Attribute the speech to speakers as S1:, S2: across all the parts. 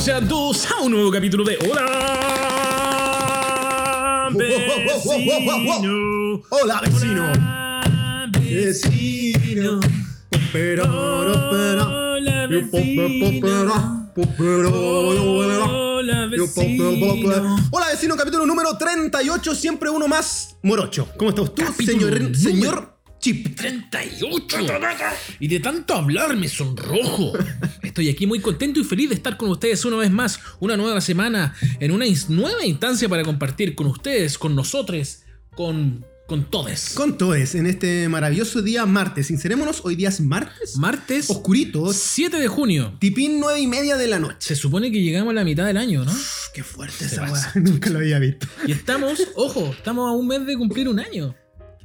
S1: sean todos a un nuevo capítulo de Hola Vecino.
S2: Hola, vecino.
S1: Hola,
S2: Vecino. Popero, popero.
S1: Hola
S2: Yo,
S1: vecino.
S2: popero, popero, popero.
S1: Hola
S2: Yo, popero,
S1: vecino.
S2: Hola, vecino, capítulo número 38, siempre uno más morocho. ¿Cómo estás tú,
S1: Capítulo
S2: señor,
S1: número-
S2: señor Chip?
S1: 38. Y de tanto hablar me sonrojo. Estoy aquí muy contento y feliz de estar con ustedes una vez más, una nueva semana, en una ins- nueva instancia para compartir con ustedes, con nosotros, con, con todes.
S2: Con todos, en este maravilloso día martes. Sincerémonos, hoy día es martes.
S1: Martes
S2: Oscurito,
S1: 7 de junio.
S2: tipín 9 y media de la noche.
S1: Se supone que llegamos a la mitad del año, ¿no?
S2: Uf, Qué fuerte
S1: Se
S2: esa
S1: pasa.
S2: weá. Nunca lo había visto.
S1: Y estamos, ojo, estamos a un mes de cumplir un año.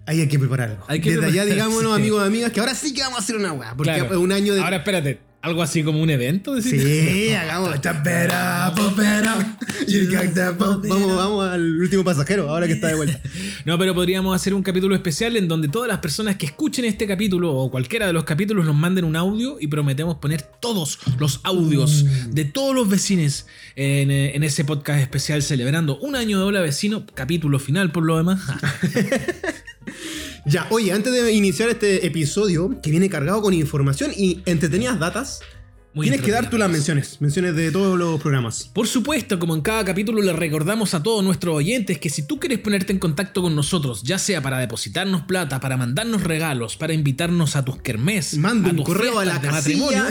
S2: Ahí hay que prepararlo.
S1: Hay que
S2: Desde
S1: preparar-
S2: allá, digámonos,
S1: sí.
S2: amigos y amigas, que ahora sí que vamos a hacer una weá. Porque
S1: Claro.
S2: es un año de.
S1: Ahora espérate, algo así como un evento, decís?
S2: Sí, hagamos. Tapera, popera, you got that pop- Vamos, vamos al último pasajero, ahora que está de vuelta.
S1: No, pero podríamos hacer un capítulo especial en donde todas las personas que escuchen este capítulo o cualquiera de los capítulos nos manden un audio y prometemos poner todos los audios
S2: Mm.
S1: de todos los vecines en, eh, en ese podcast especial celebrando un año de Hola Vecino, capítulo final por lo demás.
S2: Ya, oye, antes de iniciar este episodio, que viene cargado con información y entretenidas datas,
S1: Muy pues.
S2: tienes que dar tú las
S1: entretenidas.
S2: menciones, menciones de todos los programas.
S1: Por supuesto, como en cada capítulo le recordamos a todos nuestros oyentes que si tú quieres ponerte en contacto con nosotros, ya sea para depositarnos plata, para mandarnos regalos, para invitarnos a tus kermés,
S2: Manda
S1: a
S2: un
S1: tus
S2: correo a
S1: fiestas
S2: la
S1: de matrimonio,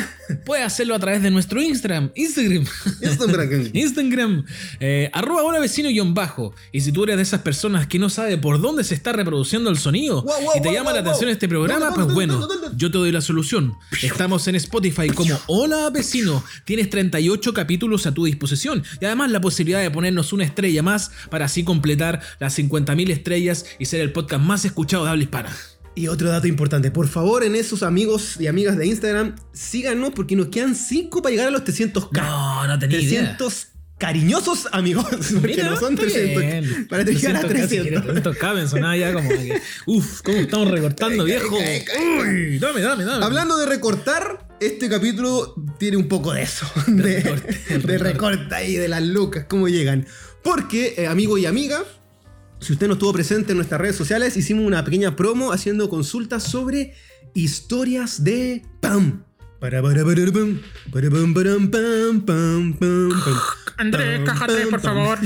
S1: puedes hacerlo a través de nuestro Instagram, Instagram,
S2: Esto es para que-
S1: Instagram, eh, arroba hola vecino guión bajo. Y si tú eres de esas personas que no sabe por dónde se está reproduciendo el sonido
S2: Wow, wow,
S1: y te
S2: wow,
S1: llama
S2: wow,
S1: la
S2: wow.
S1: atención este programa,
S2: ¿Dónde,
S1: pues
S2: dónde,
S1: bueno,
S2: dónde, dónde?
S1: yo te doy la solución. Estamos en Spotify como hola vecino. Tienes 38 capítulos a tu disposición y además la posibilidad de ponernos una estrella más para así completar las 50.000 estrellas y ser el podcast más escuchado de habla hispana.
S2: Y otro dato importante, por favor, en esos amigos y amigas de Instagram, síganos porque nos quedan 5 para llegar a los 300k.
S1: No, no tenía idea.
S2: 300 cariñosos amigos, porque
S1: Mira,
S2: no son
S1: está
S2: 300.
S1: bien.
S2: Para llegar a
S1: 300, casi
S2: 300.
S1: que 300 caben, sonaba ya como que, Uf, cómo estamos recortando, viejo. Uy, dame, dame, dame.
S2: Hablando de recortar, este capítulo tiene un poco de eso, de,
S1: recorte,
S2: recorte,
S1: el
S2: de recorta y de las lucas, cómo llegan. Porque, eh, amigo y amiga, si usted no estuvo presente en nuestras redes sociales, hicimos una pequeña promo haciendo consultas sobre historias de PAM. Para, para, para, pam, para, pam, param, pam, pam, pam, pam.
S1: Andrés, caja tres, por favor.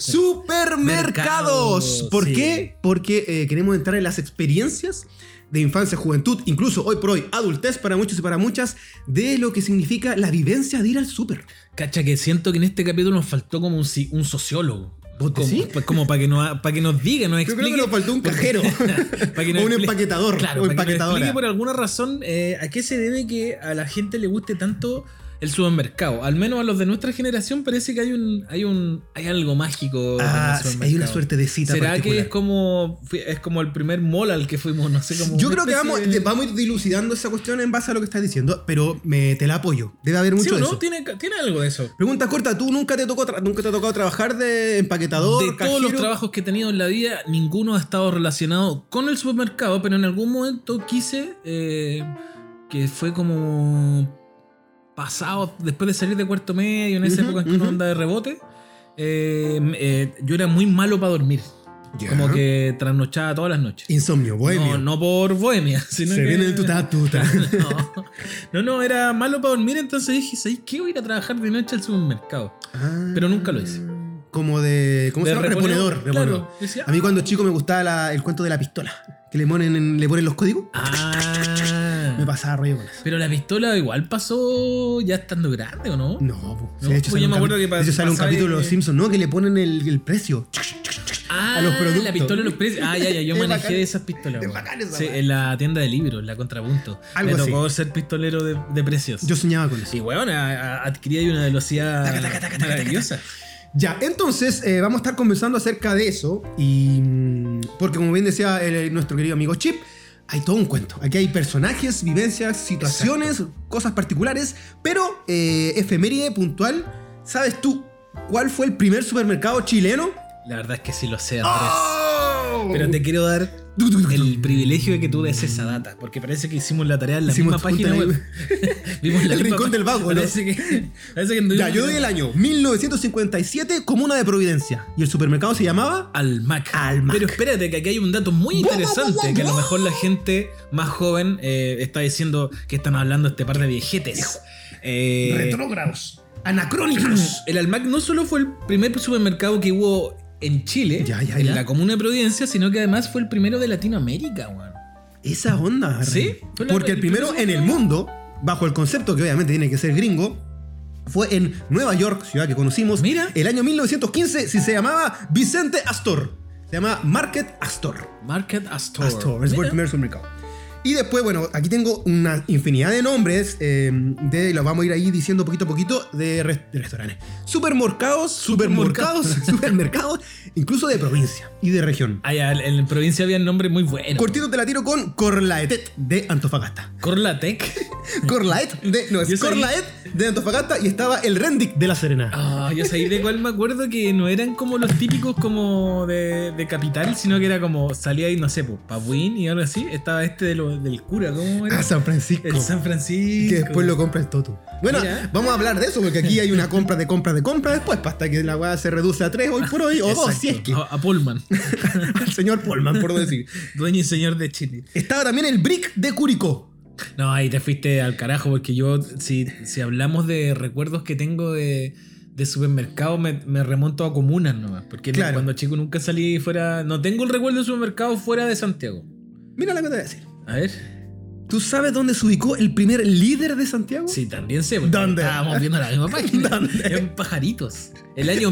S2: Supermercados.
S1: Mercado,
S2: ¿Por
S1: sí.
S2: qué? Porque eh, queremos entrar en las experiencias de infancia, juventud, incluso hoy por hoy, adultez para muchos y para muchas, de lo que significa la vivencia de ir al súper.
S1: Cacha, que siento que en este capítulo nos faltó como un, si- un sociólogo.
S2: ¿Vos
S1: como,
S2: decís?
S1: pa- como para que, nos, para que nos diga, nos
S2: Yo
S1: explique.
S2: creo que nos faltó un cajero.
S1: para que nos
S2: o un
S1: expli-
S2: empaquetador.
S1: Claro,
S2: o
S1: para que nos explique
S2: empaquetadora.
S1: por alguna razón eh, a qué se debe que a la gente le guste tanto el supermercado. Al menos a los de nuestra generación parece que hay un hay un hay algo mágico.
S2: Ah,
S1: en el
S2: hay una
S1: supermercado.
S2: suerte de cita
S1: ¿Será que
S2: particular.
S1: es como, fui- es como el primer mall al que fuimos? No sé cómo.
S2: Yo
S1: una
S2: creo que vamos,
S1: especie de-
S2: vamos a ir dilucidando esa cuestión en base a lo que estás diciendo, pero me, te la apoyo. Debe haber
S1: ¿Sí
S2: mucho
S1: o
S2: de
S1: no?
S2: eso.
S1: Tiene, tiene algo de eso.
S2: Pregunta corta, ¿tú nunca te, tocó tra- nunca te ha tocado trabajar de empaquetador?
S1: de todos los
S2: cajero?
S1: trabajos que he tenido en la vida, ninguno ha estado relacionado con el supermercado, pero en algún momento quise eh, que fue como pasado, después de salir de cuarto medio, en esa
S2: Ujú,
S1: época en que uno
S2: ujú.
S1: anda de rebote, eh, eh, yo era muy malo para dormir.
S2: Ya.
S1: Como que trasnochaba todas las noches.
S2: Insomnio, bohemio.
S1: No, no por bohemia, sino
S2: Se
S1: que-
S2: viene tu tatuta.
S1: No. no, no, era malo para dormir, entonces dije, ¿sabes qué? Voy a ir a trabajar de noche al supermercado. Pero nunca lo hice.
S2: Ah, Como de. ¿Cómo
S1: De
S2: se llama? Reponedor.
S1: claro.
S2: reponedor.
S1: Decía, ah.
S2: A mí cuando chico me gustaba la- el cuento de la pistola. Que le ponen, en- le ponen los códigos.
S1: Ah.
S2: Me pasaba rollo con eso.
S1: Pero la pistola igual pasó ya estando grande, ¿o no?
S2: No, po.
S1: No,
S2: de hecho,
S1: pues
S2: sale
S1: yo
S2: un
S1: me acuerdo
S2: capi-
S1: que pa-
S2: de hecho sale un
S1: pasaba
S2: capítulo de
S1: y-
S2: los Simpsons, ¿no? Que le ponen el, el precio.
S1: Ah,
S2: A los productos.
S1: La pistola y los precios. Ah, ya, ya, yo
S2: Es
S1: manejé
S2: bacán.
S1: de esas pistolas.
S2: Es
S1: weón.
S2: bacán esa
S1: sí,
S2: weá.
S1: en la tienda de libros, en la contrapunto.
S2: Algo
S1: Me
S2: así.
S1: tocó ser pistolero de, de precios.
S2: Yo soñaba con eso.
S1: Y weón, a- a- adquirí ahí una velocidad
S2: Taca, taca, taca, taca, taca, taca.
S1: maravillosa.
S2: Ya, entonces eh, vamos a estar conversando acerca de eso. Y. mm, Porque, como bien decía el- el- nuestro querido amigo Chip. Hay todo un cuento. Aquí hay personajes, vivencias, situaciones, cosas particulares, pero eh, efeméride puntual. ¿Sabes tú cuál fue el primer supermercado chileno?
S1: La verdad es que sí lo sé, Andrés.
S2: ¡Oh!
S1: Pero te quiero dar
S2: Du, du, du, du.
S1: el privilegio de que tú des esa data, porque parece que hicimos la tarea en la
S2: Hicimos
S1: misma página
S2: junta la
S1: web. Vimos la
S2: El
S1: misma
S2: rincón
S1: pa-
S2: del vago, ¿no?
S1: Parece que, parece que
S2: Ya,
S1: anduvimos-
S2: yo doy el año 1957, Comuna de Providencia. Y el supermercado se llamaba.
S1: al Mac.
S2: Al Mac.
S1: Pero espérate, que aquí hay un dato muy
S2: Guau,
S1: interesante
S2: guau, guau,
S1: que a lo
S2: guau.
S1: mejor la gente más joven eh, está diciendo que están hablando este par de viejetes. Eh,
S2: Retrógrados. Anacrónicos.
S1: el Almac no solo fue el primer supermercado que hubo en Chile,
S2: Ya, ya,
S1: en
S2: ya.
S1: la comuna de Providencia, sino que además fue el primero de Latinoamérica, weón.
S2: Esa onda, Rey.
S1: Sí, fue la-
S2: Porque el
S1: el
S2: primero
S1: primer
S2: en el
S1: mundo.
S2: mundo, bajo el concepto que obviamente tiene que ser gringo, fue en Nueva York, ciudad que conocimos.
S1: Mira.
S2: El año 1915, si se llamaba Vicente Astor. Se llama Market Astor.
S1: Market Astor.
S2: Astor, ese fue
S1: Mira.
S2: el primer supermercado. Y después, bueno, aquí tengo una infinidad de nombres, eh, de, y los vamos a ir ahí diciendo poquito a poquito, de, res- de restaurantes. Supermercados, supermercados, supermercados, incluso de provincia y de región.
S1: Ah, ya, en la provincia había nombres muy buenos.
S2: Cortito te la tiro con Corlaetet de Antofagasta.
S1: Corlatec.
S2: Corlaet de, no,
S1: Yo
S2: es
S1: soy-
S2: Corlaet de Antofagasta y estaba el Rendic de La Serena.
S1: Ah, yo sabía de cuál me acuerdo que no eran como los típicos como de, de capital, sino que era como salía ahí, no sé, pues, Pabuín y algo así. Estaba este de lo- del cura, ¿cómo era?
S2: A Ah, San Francisco.
S1: El San Francisco.
S2: Que después lo compra el Toto. Bueno,
S1: Mira.
S2: vamos a hablar de eso porque aquí hay una compra de compra de compra después, hasta que la weá se reduce a tres hoy por hoy, o dos,
S1: Exacto,
S2: si Oh, es que.
S1: A, a Pullman,
S2: Al señor Pullman, por decir.
S1: dueño y señor de Chile.
S2: Estaba también el Brick de Curicó.
S1: No, ahí te fuiste al carajo, porque yo, si, si hablamos de recuerdos que tengo de, de supermercado, me, me remonto a comunas nomás. Porque no-
S2: Claro.
S1: cuando chico nunca salí fuera. No tengo el recuerdo de supermercado fuera de Santiago.
S2: Mira la que te voy a decir.
S1: A ver.
S2: ¿Tú sabes dónde se ubicó el primer líder de Santiago?
S1: Sí, también sé. porque
S2: ¿Dónde?
S1: Estábamos viendo la misma página.
S2: ¿Dónde?
S1: En Pajaritos. El año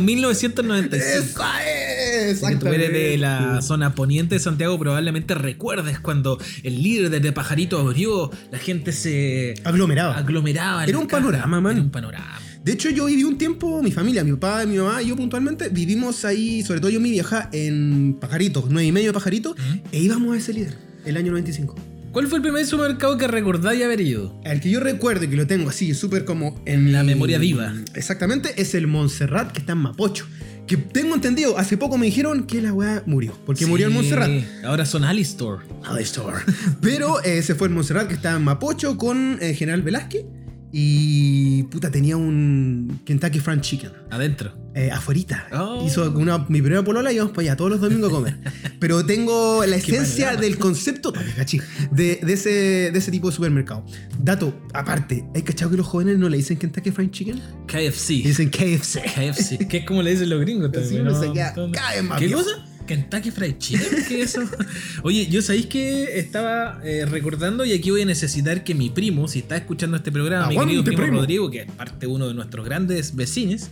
S1: 1995.
S2: ¡Esa es!
S1: Si tú eres de la
S2: exactamente.
S1: zona poniente de Santiago, probablemente recuerdes cuando el líder de Pajaritos abrió, la gente se
S2: Aglomerado.
S1: aglomeraba. en
S2: Ah. Era
S1: la
S2: un
S1: caja.
S2: panorama, man.
S1: Era un panorama.
S2: De hecho, yo viví un tiempo, mi familia, mi papá, mi mamá y yo puntualmente vivimos ahí, sobre todo yo y mi vieja, en Pajaritos, nueve y medio de Pajaritos, e íbamos a ese líder, el año 95.
S1: ¿Cuál fue el primer supermercado que recordáis haber ido?
S2: El que yo recuerdo y que lo tengo así, súper como en
S1: La memoria viva.
S2: Exactamente, es el Montserrat que está en Mapocho. Que tengo entendido, hace poco me dijeron que la weá murió, porque murió el
S1: Sí,
S2: Montserrat.
S1: Ahora son Alistore.
S2: Alistair. Pero eh, se fue el Montserrat que estaba en Mapocho con eh, General Velázquez y puta tenía un Kentucky Fried Chicken
S1: Adentro.
S2: eh, afuerita.
S1: Oh.
S2: Hizo una, mi primera polola y íbamos para allá todos los domingos a comer. Pero tengo la esencia
S1: panorama.
S2: del concepto no, me cachí, de, de ese, de ese tipo de supermercado. Dato, aparte, ¿hay cachado que los jóvenes no le dicen Kentucky Fried Chicken?
S1: KFC.
S2: Le dicen KFC.
S1: KFC, que es como le dicen los gringos
S2: Pero si
S1: también. ¿no?
S2: uno se queda
S1: Entonces,
S2: cada vez más
S1: ¿Qué
S2: viejo.
S1: cosa? Kentucky Fried Chicken, ¿qué es eso? Oye, yo sabéis que estaba eh, recordando y aquí voy a necesitar que mi primo, si está escuchando este programa, mi querido
S2: Aguante,
S1: primo,
S2: Ah, primo.
S1: Rodrigo, que es parte de uno de nuestros grandes vecinos,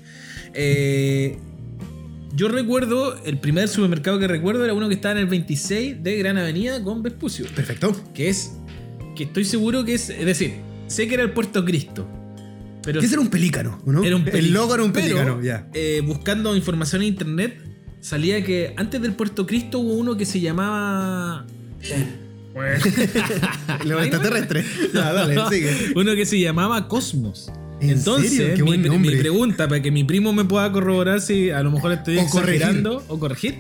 S1: eh, yo recuerdo, el primer supermercado que recuerdo era uno que estaba en el 26 de Gran Avenida con Vespucio
S2: Perfecto.
S1: que es que estoy seguro que es es decir sé que era el Puerto Cristo pero
S2: Ese era un pelícano, ¿o ¿no?
S1: era un
S2: El
S1: pelícano,
S2: logo era un
S1: pero,
S2: pelícano, ya.
S1: eh, buscando información en internet salía que antes del Puerto Cristo hubo uno que se llamaba Pues,
S2: Los extraterrestres. Ya, Ah, dale, sigue.
S1: uno que se llamaba Cosmos
S2: ¿En
S1: entonces
S2: serio? Qué
S1: mi,
S2: buen
S1: pre-
S2: nombre.
S1: mi pregunta para que mi primo me pueda corroborar si a lo mejor estoy
S2: O corregir.
S1: exagerando o corregir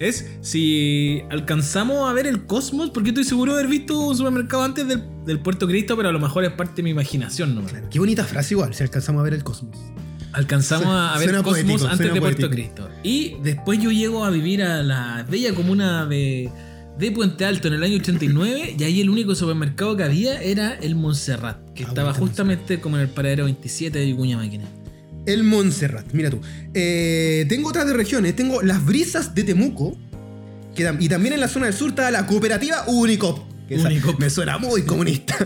S1: es si alcanzamos a ver el Cosmos porque estoy seguro de haber visto un supermercado antes del, del Puerto Cristo pero a lo mejor es parte de mi imaginación nomás
S2: Qué bonita frase igual, si alcanzamos a ver el cosmos.
S1: Alcanzamos
S2: Suena-
S1: a ver
S2: suena
S1: Cosmos
S2: poético,
S1: antes
S2: suena
S1: de Puerto
S2: poético.
S1: Cristo. Y después yo llego a vivir a la bella comuna de, de Puente Alto en el año 89 y ahí el único supermercado que había era el Montserrat, que
S2: Ah,
S1: estaba
S2: bueno,
S1: justamente como en el paradero 27 de Vicuña Máquina.
S2: El Montserrat, mira tú. Eh, tengo otras de regiones. Tengo las brisas de Temuco. que tam- y también en la zona del sur está la cooperativa Unicop. Que esa
S1: Unicop.
S2: Me suena muy comunista.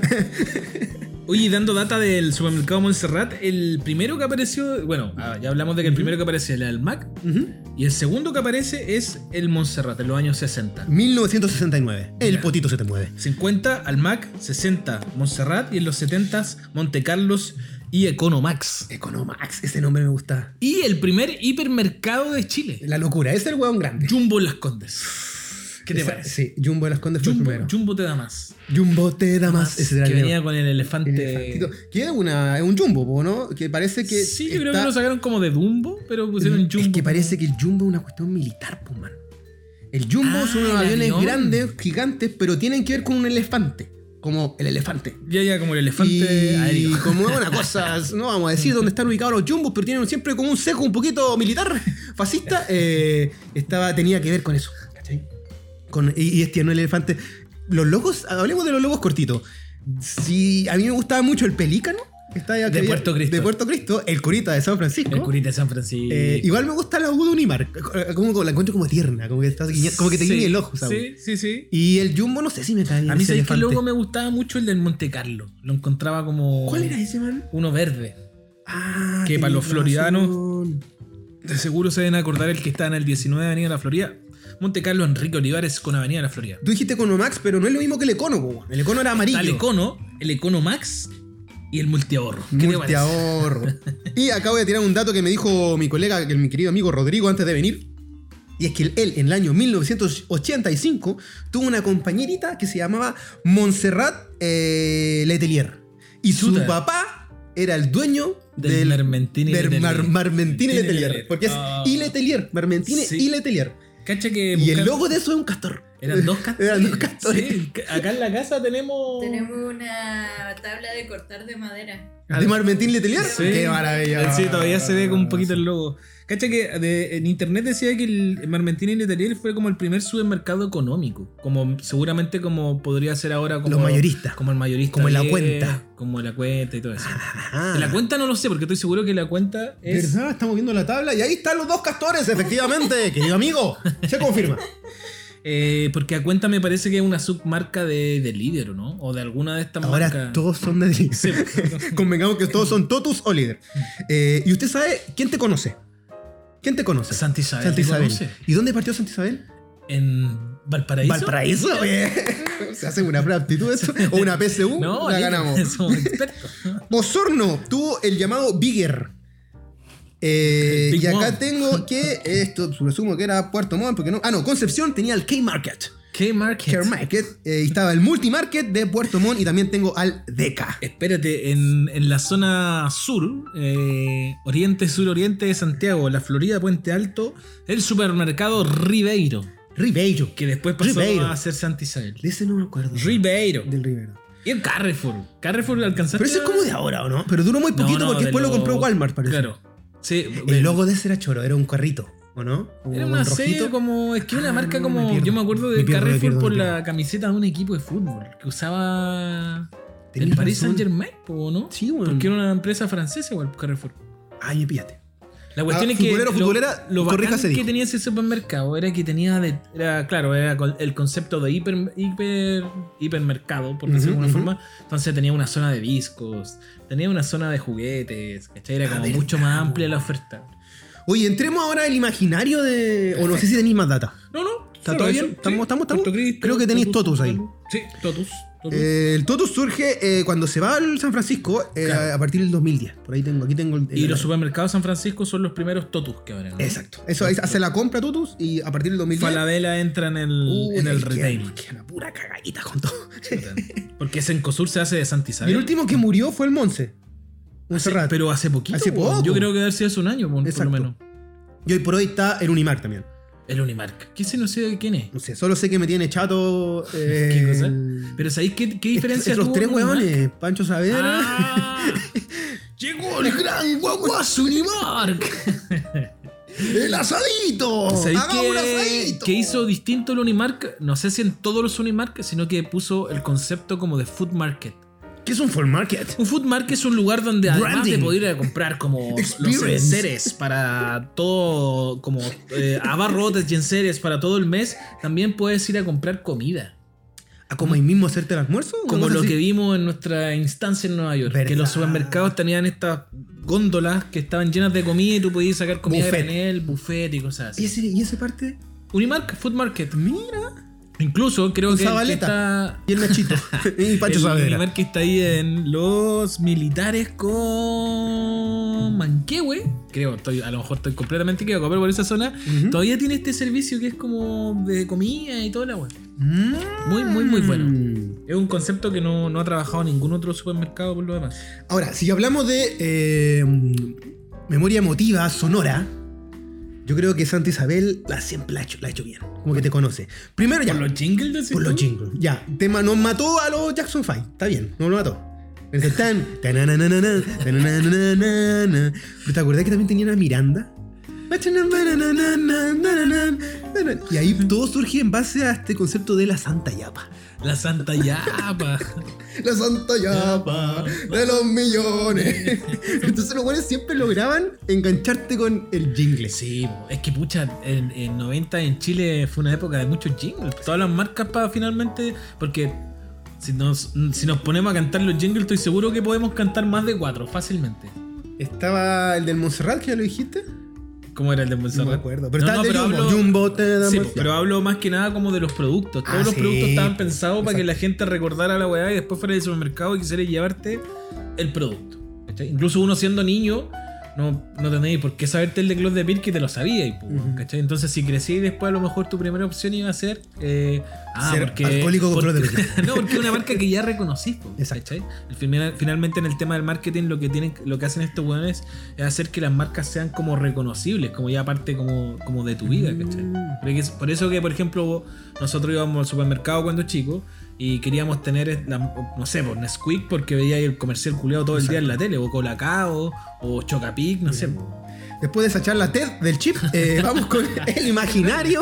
S1: Oye, y dando data del supermercado Montserrat, el primero que apareció, bueno, ah, ya hablamos de que el primero que aparece es el Mac
S2: Ujú.
S1: y el segundo que aparece es el Montserrat en los años 60.
S2: 1969. El
S1: Ya.
S2: potito se te mueve.
S1: 50 al Mac, 60 Montserrat y en los 70s Monte Carlos y Economax.
S2: Economax, ese nombre me gusta.
S1: Y el primer hipermercado de Chile,
S2: La locura, ese es el huevón grande.
S1: Jumbo en Las Condes. ¿Qué te
S2: Esa-
S1: parece?
S2: Sí, Jumbo de las Condes fue el
S1: Jumbo,
S2: primero.
S1: Jumbo te da más.
S2: Jumbo te da más. Ese era
S1: que
S2: el
S1: venía con este- el elefante.
S2: elefantito. Que es, una, es un Jumbo, po, ¿no? Que parece que.
S1: sí, yo creo
S2: está-
S1: que lo sacaron como de Dumbo, pero pusieron Jumbo.
S2: Es que parece que el Jumbo es una cuestión militar, pues, man. El Jumbo
S1: Ah,
S2: son unos
S1: el
S2: aviones
S1: avión.
S2: grandes, gigantes, pero tienen que ver con un elefante. Como el elefante.
S1: Ya, ya, como el elefante
S2: y
S1: aéreo.
S2: como es una cosa, no vamos a decir dónde están ubicados los jumbos, pero tienen siempre como un seco un poquito militar, fascista, eh, estaba, tenía que ver con eso. ¿cachai? Con, y, y este no el elefante. Los locos, hablemos de los locos cortitos. Si a mí me gustaba mucho el pelícano, que está allá
S1: De
S2: que-
S1: Puerto Cristo.
S2: de Puerto Cristo, el curita de San Francisco.
S1: El curita de San Francisco.
S2: Eh, igual me gusta la aguda Unimar, eh, como, como la encuentro como tierna, como que, estás guiña- como que te
S1: Sí,
S2: guiña el ojo. ¿sabes?
S1: Sí, sí, sí.
S2: Y el Jumbo, no sé si me cae bien
S1: A mí,
S2: ese
S1: ¿sabes que
S2: elefante.
S1: luego me gustaba mucho el del Monte Carlo? Lo encontraba como.
S2: ¿Cuál era ese, man?
S1: Uno verde.
S2: Ah,
S1: Que para
S2: tenés
S1: los floridanos-
S2: razón.
S1: De seguro se deben acordar el que está en el 19 de Avenida de la Florida. Monte Carlo Enrique Olivares con Avenida de la Florida.
S2: Tú dijiste Economax, pero no es lo mismo que el Econo, po, weón. El Econo era amarillo.
S1: Está el Econo, el Econo Max y el Multiahorro. ¿Qué te parece?
S2: Multiahorro. y acá voy a tirar un dato que me dijo mi colega, que- mi querido amigo Rodrigo, antes de venir. Y es que él, en el año 1985, tuvo una compañerita que se llamaba Montserrat eh, Letelier. Y su
S1: Chuta.
S2: papá era el dueño
S1: Del
S2: del
S1: Mermentini
S2: del
S1: Letelier.
S2: Mar- Marmentini
S1: Marmentini
S2: Letelier.
S1: Letelier.
S2: Porque es
S1: Ah.
S2: y Letelier. Marmentini
S1: Sí.
S2: y Letelier.
S1: Cacha que
S2: Y el
S1: buscando-
S2: logo de eso es un castor.
S1: Eran dos castores.
S2: Eran dos castores.
S1: Sí, acá en la casa tenemos.
S3: Tenemos una tabla de cortar de madera.
S2: ¿De Marmentín Letelier?
S1: Sí.
S2: Qué maravilla.
S1: Sí, todavía se ve con un poquito el logo. Cacha que de- en internet decía que el Marmentini Letelier fue como el primer supermercado económico. Como seguramente como podría ser ahora como.
S2: Los mayoristas.
S1: Como el mayorista.
S2: Como la
S1: bien,
S2: cuenta.
S1: Como la cuenta y todo eso.
S2: Ajá.
S1: De La cuenta no lo sé, porque estoy seguro que la cuenta es.
S2: ¿Verdad? Estamos viendo la tabla y ahí están los dos castores, efectivamente, querido amigo. Se confirma.
S1: eh, porque a cuenta me parece que es una submarca de, de Líder, ¿no? O de alguna de estas
S2: Ahora
S1: marcas.
S2: todos son de Lidl.
S1: Sí. pues,
S2: Convengamos que todos son Totus o líder. Eh, ¿Y usted sabe quién te conoce? ¿Quién te conoce?
S1: Santa Isabel.
S2: Santa
S1: ¿te
S2: Isabel.
S1: conoce?
S2: ¿Y dónde partió Santa Isabel?
S1: En Valparaíso.
S2: Valparaíso. güey. Se hace una aptitud eso. O una PSU.
S1: No,
S2: la
S1: aquí
S2: ganamos.
S1: Somos expertos.
S2: Osorno tuvo el llamado Bigger. Eh,
S1: Big
S2: y acá
S1: Mom.
S2: tengo que, esto presumo que era Puerto Montt, porque no. Ah, no, Concepción tenía el K-Market.
S1: ¿Qué market?
S2: K-Market. eh, y estaba el Multimarket de Puerto Montt y también tengo al Deca.
S1: Espérate, en, en la zona sur, eh, oriente, sur-oriente de Santiago, la Florida, Puente Alto, el supermercado Ribeiro,
S2: Ribeiro.
S1: que después pasó
S2: Ribeiro.
S1: a ser Santa Isabel.
S2: De ese no me acuerdo.
S1: Ribeiro.
S2: Del Ribeiro.
S1: Y el Carrefour. Carrefour alcanzaste.
S2: Pero ese es como de ahora, ¿o no? Pero duró muy
S1: No,
S2: poquito
S1: no,
S2: porque
S1: de
S2: después lo
S1: los-
S2: compró Walmart, parece.
S1: Claro. Sí,
S2: El logo de ese era choro, era un carrito, ¿o no? Como
S1: Era
S2: un
S1: una
S2: rojito.
S1: serie como. Es que una
S2: Ah,
S1: marca
S2: no,
S1: como.
S2: me pierdo.
S1: yo me acuerdo
S2: Me
S1: de
S2: pierdo, me
S1: Carrefour
S2: pierdo, me
S1: por la
S2: pierdo.
S1: camiseta de un equipo de fútbol que usaba.
S2: Tenés
S1: El Paris
S2: razón.
S1: Saint Germain, ¿o no?
S2: Sí, weón.
S1: Porque era una empresa francesa igual, Carrefour.
S2: Ay, píllate.
S1: La cuestión
S2: Ah,
S1: es que
S2: futbolero,
S1: lo-
S2: futbolera,
S1: lo, bacán
S2: corríjase,
S1: que
S2: dijo.
S1: tenía ese supermercado era que tenía de- era, claro, era con- el concepto de hiper, hiper hipermercado, por decirlo
S2: Ujú,
S1: de alguna
S2: ujú.
S1: forma. Entonces tenía una zona de discos, tenía una zona de juguetes, ¿cachai? Era
S2: Ah,
S1: como
S2: verdad,
S1: mucho más amplia
S2: po.
S1: la oferta.
S2: Oye, entremos ahora al imaginario de. O no sé si tenéis más data.
S1: No, no,
S2: ¿Está
S1: solo
S2: todo
S1: eso,
S2: bien? ¿Estamos-
S1: sí.
S2: estamos- estamos?
S1: Puerto Cristo,
S2: Creo que tenéis totus ahí.
S1: Sí, totus. totus.
S2: Eh, el Totus surge eh, cuando se va al San Francisco eh,
S1: Claro.
S2: a partir del 2010. Por ahí tengo, aquí tengo el.
S1: y
S2: el-
S1: los supermercados San Francisco son los primeros totus que habrá. ¿no?
S2: eh, Exacto. Eso es- hace la compra Totus y a partir del 2010.
S1: Falabella entra en el,
S2: Uy,
S1: Mm, en el
S2: ahí queda-
S1: retail.
S2: queda la pura cagadita con todo.
S1: Porque Sencosur se hace de Santa
S2: Y
S1: Isabel.
S2: el último que murió fue el Monse.
S1: Hace-
S2: Monserrat.
S1: pero hace poquito.
S2: Hace
S1: po.
S2: poco.
S1: Yo creo que debe ser hace un año, po, por,
S2: Exacto.
S1: lo menos.
S2: Y hoy por hoy está el Unimark también.
S1: El Unimark. ¿Qué se no sé de quién es?
S2: No sé, solo sé que me tiene chato. eh,
S1: ¿Qué cosa?
S2: el-
S1: Pero ¿sabéis qué, qué diferencia
S2: Estos
S1: tuvo
S2: tres
S1: el Unimark?
S2: huevones. Pancho Saavedra.
S1: Ah, ¡Llegó el gran guaguazo Unimark!
S2: ¡El asadito!
S1: ¿Sabéis
S2: Oh, ¡Hagamos un
S1: qué,
S2: asadito!
S1: qué hizo distinto el Unimark? No sé si en todos los Unimark, sino que puso el concepto como de food market.
S2: ¿Qué es un full market?
S1: Un food market es un lugar donde además
S2: Branding.
S1: de poder ir a comprar como los
S2: Experience.
S1: enseres para todo, como eh, abarrotes y enseres para todo el mes, también puedes ir a comprar comida.
S2: ¿A Ah, como ahí mismo hacerte el almuerzo? ¿Una
S1: Como
S2: cosa
S1: lo
S2: así?
S1: que vimos en nuestra instancia en Nueva York.
S2: ¿Verdad?
S1: Que los supermercados tenían estas góndolas que estaban llenas de comida y tú podías sacar comida
S2: Buffet.
S1: de granel, buffet y cosas
S2: ¿Y
S1: así.
S2: ese, y ese parte?
S1: Unimark, Food Market.
S2: Mira.
S1: Incluso creo
S2: Con
S1: que, el que
S2: Zabaleta.
S1: está.
S2: Y el Nachito. y Pancho
S1: el
S2: Saavedra.
S1: Unimark que está ahí en los militares con Manquehue. Creo, estoy, a lo mejor estoy completamente equivocado, pero por esa zona
S2: Ujú.
S1: todavía tiene este servicio que es como de comida y todo la agua.
S2: Mm.
S1: Muy, muy, muy bueno. Es un concepto que no, no ha trabajado ningún otro supermercado por lo demás.
S2: Ahora, si hablamos de eh, memoria emotiva, sonora, Yo creo que Santa Isabel la siempre la ha hecho, la ha hecho bien. Como que te conoce. Primero ya.
S1: ¿Por los jingles? decís
S2: Por los
S1: tú?
S2: jingles. Ya, tema nos mató a los Jackson 5. Está bien, nos lo mató. Pero está tan- tananana, tananana. Pero ¿Te acordás que también tenían a Miranda? Y ahí todo surge en base a este concepto de la Santa Yapa.
S1: La Santa Yapa.
S2: La Santa Yapa de los millones. Entonces los buenos siempre lograban engancharte con el jingle.
S1: Sí, es que pucha, en, en 90 en Chile fue una época de muchos jingles. Todas las marcas para finalmente. Porque si nos, si nos ponemos a cantar los jingles, estoy seguro que podemos cantar más de cuatro fácilmente.
S2: Estaba el del Montserrat, que ya lo dijiste.
S1: ¿Cómo era el de Monserrat?
S2: No me acuerdo. Pero estaba el de Jumbo.
S1: hablo-
S2: Jumbo, te damos-
S1: Sí, po, pero hablo más que nada como de los productos. Todos
S2: Ah,
S1: los
S2: sí.
S1: productos estaban pensados para
S2: Exacto.
S1: que la gente recordara la weá y después fuera del supermercado y quisiera llevarte el producto. ¿cachai? Incluso uno siendo niño, no, no tenéis por qué saberte el de Claude de Pir que te lo sabías. y po,
S2: Ujú.
S1: ¿cachai? Entonces, si crecí después, a lo mejor tu primera opción iba a ser. eh, ah,
S2: Ser
S1: porque.
S2: alcohólico con
S1: porque-
S2: Claude de
S1: No, porque es una marca que ya reconocí.
S2: Exacto.
S1: Finalmente, en el tema del marketing, lo que, tienen, lo que hacen estos weones es hacer que las marcas sean como reconocibles, como ya parte como, como de tu vida, ¿cachai?
S2: Mm.
S1: Creo que es- por eso que, por ejemplo, nosotros íbamos al supermercado cuando chicos y queríamos tener, la- no sé, por Nesquik porque veía ahí el comercial culeado todo el día en la tele, o Colacao, o Chocapic, no sé.
S2: Después de esa charla TED del chip, eh, vamos con el imaginario.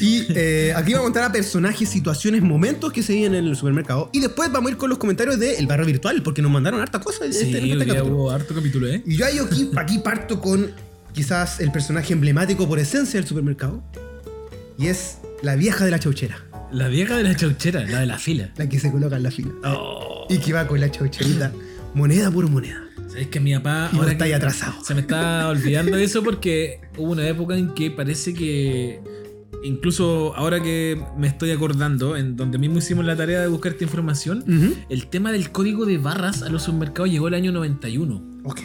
S2: Y eh, aquí vamos a contar a personajes, situaciones, momentos que se viven en el supermercado. Y después vamos a ir con los comentarios del barrio virtual, porque nos mandaron harta cosa. este-
S1: Sí,
S2: este
S1: hoy día
S2: capítulo.
S1: hubo harto capítulo, ¿eh?
S2: Y yo ahí aquí, aquí parto con quizás el personaje emblemático por esencia del supermercado. Y es la vieja de la chauchera,
S1: La vieja de la chauchera, la de la fila.
S2: la que se coloca en la fila.
S1: Oh,
S2: Y que va con la chaucherita, moneda por moneda.
S1: ¿Sabes que mi papá
S2: Y no
S1: ahora
S2: está ahí
S1: que-
S2: atrasado.
S1: Se me está olvidando eso porque hubo una época en que parece que. Incluso ahora que me estoy acordando, en donde mismo hicimos la tarea de buscar esta información,
S2: Ujú.
S1: el tema del código de barras a los supermercados llegó el año 91.
S2: Ok.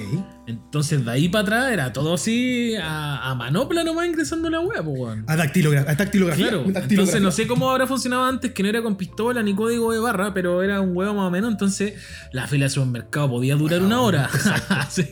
S1: Entonces, de ahí para atrás era todo así a, a manopla nomás ingresando la web, weón.
S2: A dactilogra- a dactilografía.
S1: Claro,
S2: dactilografía.
S1: entonces no sé cómo habrá funcionado antes, que no era con pistola ni código de barra, pero era un huevo más o menos, entonces la fila del supermercado podía durar una hora. Sí,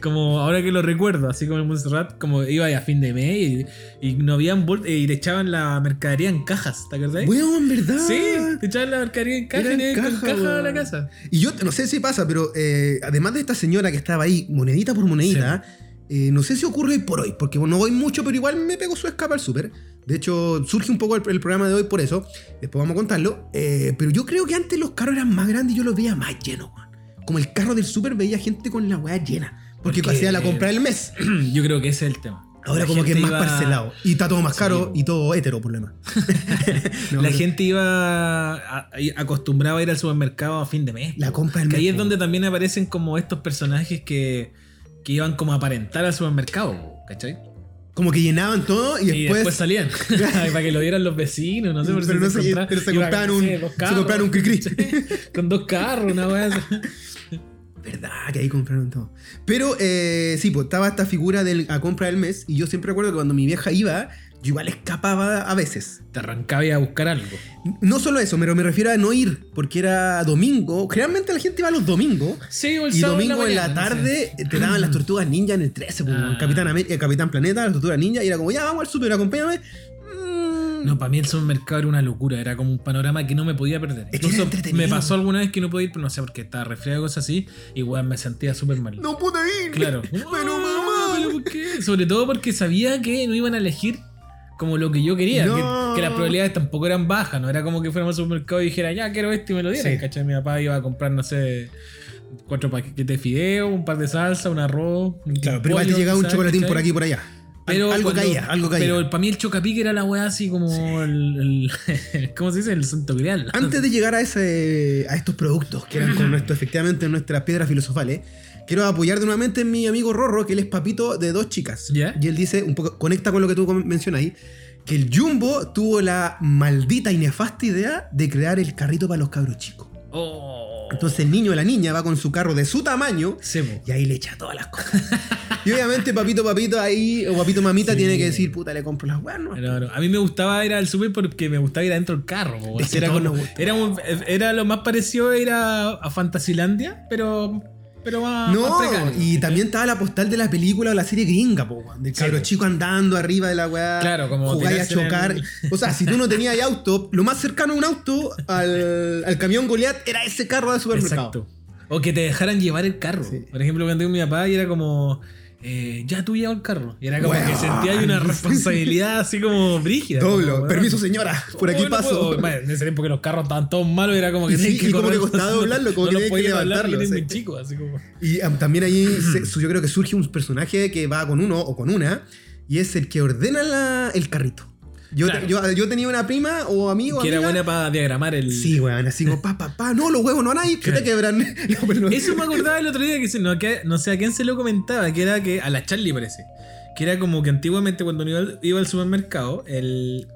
S1: como ahora que lo recuerdo, así como en Montserrat, como iba ahí a fin de mes y, y no habían bol- eh, y te echaban la mercadería en cajas, ¿te acordás?
S2: Weón, ¿verdad?
S1: Sí, te echaban la mercadería en cajas
S2: Era
S1: y
S2: en
S1: te iban con
S2: caja,
S1: caja a la
S2: weón.
S1: casa.
S2: Y yo no sé si pasa, pero eh, además de esta señora que estaba ahí, monedita por monedita, eh, no sé si ocurre hoy por hoy, porque no voy mucho, pero igual me pegó su escapa al súper. De hecho, surge un poco el, el programa de hoy por eso. Después vamos a contarlo. Eh, pero yo creo que antes los carros eran más grandes y yo los veía más llenos, weón. Como el carro del súper veía gente con la weá llena. Porque,
S1: Porque-
S2: hacía la compra del mes.
S1: Yo creo que ese es el tema.
S2: Ahora
S1: La
S2: como que es
S1: gente
S2: más
S1: iba-
S2: parcelado. Y está todo más
S1: Sí,
S2: caro
S1: po.
S2: y todo hétero, por lo demás. No,
S1: la
S2: pero
S1: gente iba a- a- acostumbraba a ir al supermercado a fin de mes.
S2: La compra del
S1: Que
S2: mes.
S1: ahí es
S2: po.
S1: donde también aparecen como estos personajes que, que iban como a aparentar al supermercado, ¿cachai?
S2: Como que llenaban todo y
S1: Y
S2: después...
S1: después, salían. para que lo vieran los vecinos, no sé por
S2: Pero
S1: si
S2: no se-
S1: encontraban.
S2: pero se
S1: Iban,
S2: compraban
S1: no
S2: un-
S1: sé, dos
S2: se
S1: carros,
S2: compraban un cri-cri.
S1: ¿cachai? Con dos carros, una weá. así.
S2: Verdad, que ahí compraron todo. Pero eh, sí, pues estaba esta figura del, a compra del mes y yo siempre recuerdo que cuando mi vieja iba, yo igual escapaba a veces.
S1: Te arrancaba y a buscar algo.
S2: No solo eso, pero me refiero a no ir, porque era domingo. Generalmente la gente iba los domingos.
S1: Sí, o el
S2: Y
S1: sábado
S2: domingo en la
S1: mañana, no sé.
S2: tarde te daban las tortugas ninja en el 13, pues,
S1: Ah.
S2: Capitán, América, Capitán Planeta, las tortugas ninja, y era como, ya vamos al super, acompáñame. Mm.
S1: No, para mí el supermercado era una locura, era como un panorama que no me podía perder.
S2: Es que era
S1: Incluso
S2: entretenido.
S1: me pasó alguna vez que no podía ir, pero no sé por qué estaba resfriado y cosas así, y weón, me sentía súper mal.
S2: No pude ir.
S1: Claro. Ah,
S2: Pero mamá.
S1: ¿pero por qué? Sobre todo porque sabía que no iban a elegir como lo que yo quería. que-
S2: No.
S1: Que, las probabilidades tampoco eran bajas. No era como que fuéramos al supermercado y dijera, ya quiero este y me lo dieran.
S2: Sí.
S1: ¿Cachai? Mi papá iba a comprar, no sé, cuatro paquetes de fideo, un par de salsa, un arroz. un
S2: Claro, pero igual te
S1: pollo,
S2: llegaba un
S1: ¿cachai?
S2: chocolatín por
S1: ¿cachai?
S2: aquí y por allá.
S1: Pero
S2: algo
S1: cuando-
S2: caía, algo caía.
S1: Pero para mí el chocapique era la weá así como el, el- ¿Cómo se dice? El santo grial.
S2: Antes de llegar a, ese, a estos productos que eran con nuestro, efectivamente nuestras piedras filosofales, quiero apoyar nuevamente a mi amigo Rorro, que él es papito de dos chicas.
S1: Ya.
S2: Y él dice, un poco, conecta con lo que tú com- mencionas ahí, que el Jumbo tuvo la maldita y nefasta idea de crear el carrito para los cabros chicos.
S1: Oh.
S2: Entonces el niño o la niña va con su carro de su tamaño
S1: Sebo.
S2: y ahí le echa todas las cosas. y obviamente papito, papito ahí, o papito, mamita,
S1: Sí.
S2: tiene que decir, puta, le compro las guanas.
S1: Claro, claro. A mí me gustaba ir al super porque me gustaba ir adentro del carro. po,
S2: Es que
S1: era,
S2: todos
S1: como-
S2: nos gusta.
S1: era, un- era lo más parecido era a Fantasilandia, pero, pero más,
S2: No,
S1: Ah, más precario.
S2: y también estaba la postal de la película o la serie gringa, po, weón, del
S1: Sí,
S2: cabro
S1: po.
S2: chico andando arriba de la weá.
S1: Claro, como
S2: jugáis a
S1: tirarse en
S2: chocar.
S1: el-
S2: O sea, si tú no tenías ahí auto, lo más cercano a un auto al, al camión Goliath era ese carro de supermercado.
S1: Exacto. O que te dejaran llevar el carro.
S2: Sí.
S1: Por ejemplo, cuando iba con mi papá y era como. eh, ya tú llevas el carro. Y era como
S2: Weón.
S1: que sentía ahí una responsabilidad así como brígida.
S2: Doblo,
S1: como, weón.
S2: permiso señora, por aquí
S1: Bueno,
S2: paso.
S1: pues, bueno, en ese tiempo que los carros estaban todos malos, era como que
S2: Y sí,
S1: tenías
S2: y como
S1: correr,
S2: que costaba
S1: entonces
S2: doblarlo, como que
S1: los
S2: tenías que
S1: podías doblar porque
S2: levantarlo,
S1: eres muy
S2: sí.
S1: chico, así como.
S2: Y am, también ahí se- su- yo creo que surge un personaje que va con uno o con una y es el que ordena la- el carrito. Yo, te-
S1: Claro.
S2: yo, yo tenía una prima o amigo.
S1: Que era
S2: amiga-
S1: buena para diagramar el.
S2: Sí, weón, así como, pa, pa, pa, no, los huevos no van ahí, que te quebran. No, pero no.
S1: Eso me acordaba el otro día que se- no, que- no sé a quién se lo comentaba, que era que a la Charlie parece. Que era como que antiguamente cuando uno iba al, iba al supermercado, el,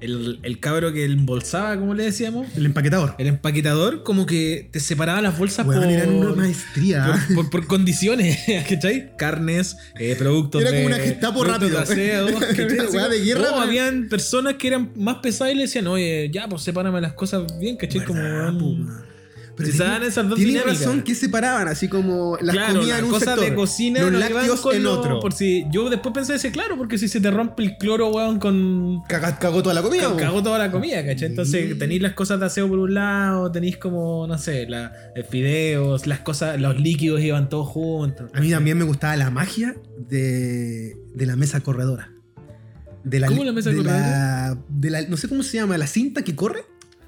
S1: el, el cabro que embolsaba, como le decíamos,
S2: El empaquetador.
S1: el empaquetador, como que te separaba las bolsas
S2: Weón,
S1: por,
S2: eran una maestría.
S1: por, por- por condiciones, ¿cachai? Carnes, eh, productos
S2: Era como
S1: de-
S2: una Gestapo
S1: productos
S2: rápido.
S1: de aseo, ¿cachai?
S2: Una
S1: Así
S2: weá de
S1: como-
S2: guerra,
S1: no,
S2: pero-
S1: habían personas que eran más pesadas y le decían, oye, ya, pues sepárame las cosas bien, ¿cachai? Como, mm,
S2: ¿Verdad, po, pues, weón? Pero
S1: Si se
S2: tenía-
S1: dan esas dos
S2: Tiene
S1: dinámicas.
S2: razón que separaban, así como las
S1: claro,
S2: comidas
S1: las
S2: en un
S1: cosas
S2: sector,
S1: de cocina
S2: los
S1: no iban
S2: lácteos
S1: con
S2: en
S1: lo-
S2: otro.
S1: Por si, yo después pensé ese, claro, porque si se te rompe el cloro, weón, con.
S2: Caga- Cagó toda la comida.
S1: con-
S2: po.
S1: Cagó toda la comida, ¿cachai? Entonces
S2: Mm.
S1: tenéis las cosas de aseo por un lado, tenéis como, no sé, la, eh, fideos, las cosas, los líquidos iban todos juntos.
S2: A mí también me gustaba la magia de, de la mesa corredora. De
S1: ¿Cómo la mesa
S2: de
S1: corredora?
S2: la- de la- no sé cómo se llama, la cinta que corre.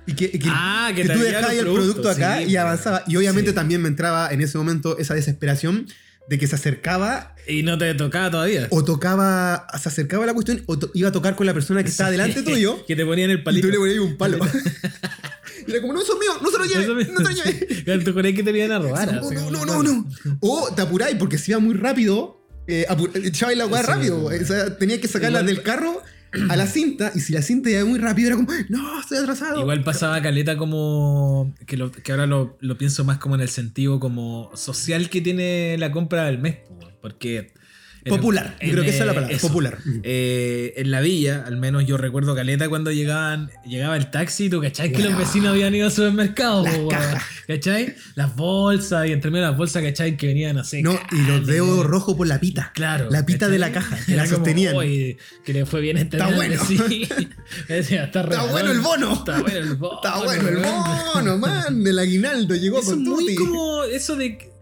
S2: Y que, y que-
S1: Ah, que
S2: que tú
S1: traía
S2: dejabas
S1: los
S2: el producto
S1: productos,
S2: acá
S1: sí,
S2: y
S1: pues.
S2: avanzaba. Y obviamente
S1: Sí.
S2: también me entraba en ese momento esa desesperación de que se acercaba
S1: Y no te tocaba todavía.
S2: o tocaba, se acercaba la cuestión o to- iba a tocar con la persona que estaba delante tuyo
S1: que te ponían el
S2: y tú
S1: palito.
S2: le ponías un palo. y era como, no, eso es mío, no se lo
S1: Eso
S2: lleves,
S1: me-
S2: no se lo lleves.
S1: Claro, tú creías que te iban a robar.
S2: No,
S1: así
S2: "Oh, no,
S1: como,
S2: no, no, no. O te apuráis porque si iba muy rápido, eh, apu- echabais la weá
S1: Sí,
S2: rápido.
S1: weón.
S2: O sea, tenía que sacarla
S1: Igual-
S2: del carro a la cinta y si la cinta iba muy rápido era como, no, estoy atrasado.
S1: Igual pasaba caleta como. que, lo- que ahora lo, lo pienso más como en el sentido como social que tiene la compra del mes. po, weón, Porque. en-
S2: Popular, yo
S1: en,
S2: creo que esa es la
S1: eh,
S2: palabra,
S1: eso.
S2: popular.
S1: Eh, en la villa, al menos yo recuerdo caleta cuando llegaban, llegaba el taxi, tú cachai que los
S2: Weón.
S1: vecinos habían ido al supermercado,
S2: Las
S1: po, weón,
S2: cajas.
S1: ¿cachai? Las bolsas, y entre medio de las bolsas, cachai, que venían así.
S2: No, y los dedos rojos por la pita.
S1: Claro.
S2: La pita de la
S1: ¿cachai?
S2: caja, que
S1: Era
S2: la
S1: como,
S2: sostenían.
S1: "Oye, que le fue bien este
S2: Está
S1: mes",
S2: bueno.
S1: sí. Decía, Está,
S2: Está
S1: regalón.
S2: bueno el bono.
S1: Está bueno el bono.
S2: Está bueno, el
S1: weón.
S2: mono, man, el aguinaldo llegó
S1: Eso es
S2: con
S1: muy
S2: tutti.
S1: como eso de. que-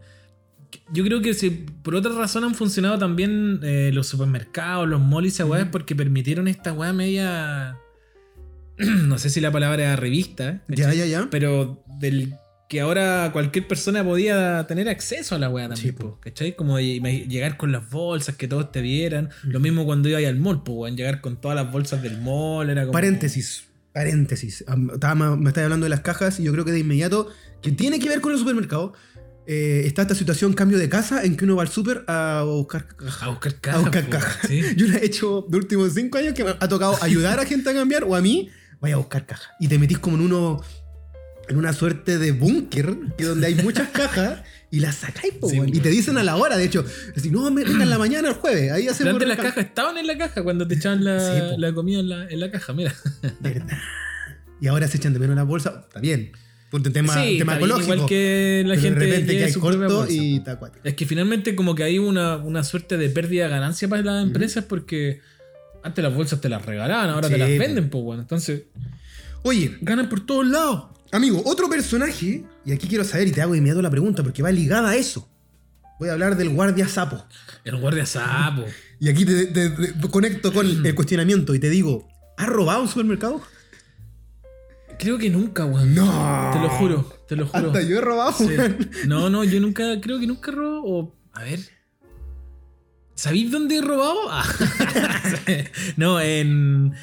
S1: Yo creo que si por otra razón han funcionado también eh, los supermercados, los malls y esas
S2: Mm.
S1: weas, porque permitieron esta wea media. no sé si la palabra era revista,
S2: Ya, ya, ya.
S1: pero del que ahora cualquier persona podía tener acceso a la wea también,
S2: Sí, po.
S1: po, ¿cachai? Como de ima- llegar con las bolsas, que todos te vieran. Lo mismo cuando iba ahí al mall, pues, llegar con todas las bolsas del mall, era como.
S2: Paréntesis. Paréntesis. Am- estaba- me estás hablando de las cajas y yo creo que de inmediato, que tiene que ver con el supermercado, eh, está esta situación cambio de casa en que uno va al super a buscar cajas.
S1: A buscar cajas.
S2: buscar
S1: po,
S2: cajas.
S1: ¿sí?
S2: Yo lo he hecho de últimos cinco años que me ha tocado ayudar a gente a cambiar o a mí, vaya a buscar cajas. Y te metís como en uno. En una suerte de búnker, que donde hay muchas cajas, y las sacáis, po,
S1: Sí,
S2: weón. y
S1: weón.
S2: te dicen a la hora, de hecho, así, no, me venga en la mañana el jueves, ahí
S1: Pero
S2: hacemos...
S1: antes las
S2: recal-
S1: cajas estaban en la caja cuando te echaban la,
S2: Sí, po.
S1: la comida en la, en la caja, mira.
S2: Verdad. Y ahora se echan de menos la bolsa. Está bien. Por un tema,
S1: sí,
S2: tema
S1: está bien,
S2: ecológico.
S1: igual que la
S2: Pero
S1: gente
S2: de repente
S1: lleve
S2: que hay
S1: su propia
S2: corto
S1: bolsa.
S2: y está acuático.
S1: Es que finalmente como que hay una, una suerte de pérdida de ganancia para las empresas porque antes las bolsas te las regalaban, ahora te
S2: Sí,
S1: las
S2: po.
S1: venden, pues bueno. Entonces,
S2: Oye,
S1: ganan por todos lados.
S2: amigo, otro personaje, y aquí quiero saber, y te hago de inmediato la pregunta, porque va ligada a eso. Voy a hablar del guardia sapo.
S1: El guardia sapo.
S2: Y aquí te, te- te conecto con el cuestionamiento y te digo, ¿has robado un supermercado?
S1: Creo que nunca, weón.
S2: No.
S1: Te lo juro, te lo juro.
S2: Hasta yo he robado.
S1: Sí.
S2: weón.
S1: No, no, yo nunca, creo que nunca robo. O, a ver. ¿Sabéis dónde he robado? Ah, no, en.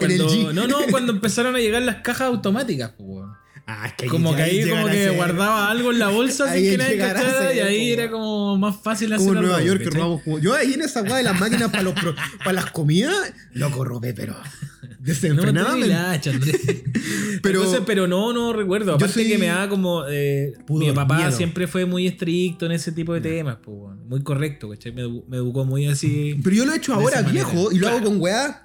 S2: En el
S1: Cuando,
S2: G.
S1: no, no, cuando empezaron a llegar las cajas automáticas, po, weón.
S2: Ah, es que ahí
S1: Como que ahí
S2: llegan
S1: como
S2: a
S1: que
S2: ser-
S1: guardaba algo en la bolsa
S2: Ahí
S1: sin que nadie
S2: llegará a
S1: cachara
S2: ser
S1: y ahí
S2: como-
S1: era como más fácil hacer
S2: Como en
S1: el
S2: Nueva
S1: robo,
S2: York que
S1: ¿cachai?
S2: robamos como- Yo ahí en esa weá de las máquinas para las comidas, loco, robé, pero
S1: No me
S2: desenfrenadamente.
S1: estoy hacha, Andrés.
S2: Pero-
S1: pero, Entonces, pero no, no recuerdo. Aparte
S2: soy-
S1: que me da como. eh,
S2: Pudor,
S1: mi papá
S2: miedo.
S1: siempre fue muy estricto en ese tipo de temas, po, weón. muy correcto, ¿cachai? Me, edu- me educó muy así.
S2: Mm, Pero yo lo he hecho
S1: De
S2: ahora
S1: esa
S2: viejo
S1: manera.
S2: y lo hago
S1: Claro.
S2: con weá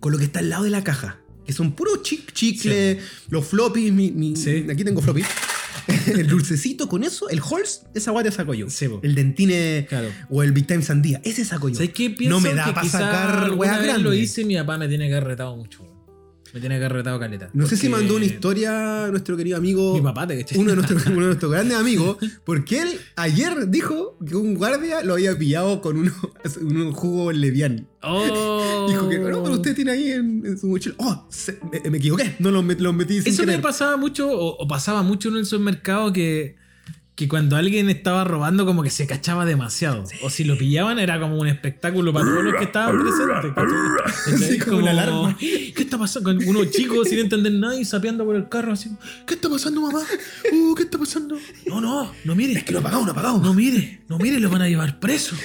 S2: con lo que está al lado de la caja. Que son puros chic chicle, los floppies, mi, mi-
S1: Sí.
S2: aquí tengo floppies. el dulcecito con eso, el Halls, esa guay te saco yo.
S1: Sí, po.
S2: el dentine
S1: Claro.
S2: o el Big Time Sandía, ese saco yo.
S1: ¿Sabes qué pienso?
S2: No me da
S1: que
S2: pa'
S1: quizá
S2: sacar
S1: alguna
S2: weas
S1: vez lo
S2: grandes.
S1: hice y mi papá me tiene que haber retado mucho. weón. Me tiene que haber retado caleta.
S2: No sé si
S1: porque
S2: mandó una historia nuestro querido amigo.
S1: Mi papá te caché.
S2: Uno de, nuestros, uno de nuestros grandes amigos, porque él ayer dijo que un guardia lo había pillado con uno, un jugo levián.
S1: Oh.
S2: Dijo que no, pero usted tiene ahí en, en su mochila. Oh, se- me, me equivoqué. No los met- los metí sin
S1: Eso me
S2: querer.
S1: pasaba mucho, o, o pasaba mucho en el supermercado que, que cuando alguien estaba robando, como que se cachaba demasiado. O si lo pillaban, era como un espectáculo para todos los que estaban presentes. ¿cachai?
S2: Sí, como una alarma.
S1: ¿Qué está pasando? Con unos chicos sin entender nada y sapeando por el carro, así. ¿Qué está pasando, mamá? Uh, ¿Qué está pasando? No, no, no mire. Es que lo pagamos, lo pagamos. No mire, no mire, lo van a llevar preso.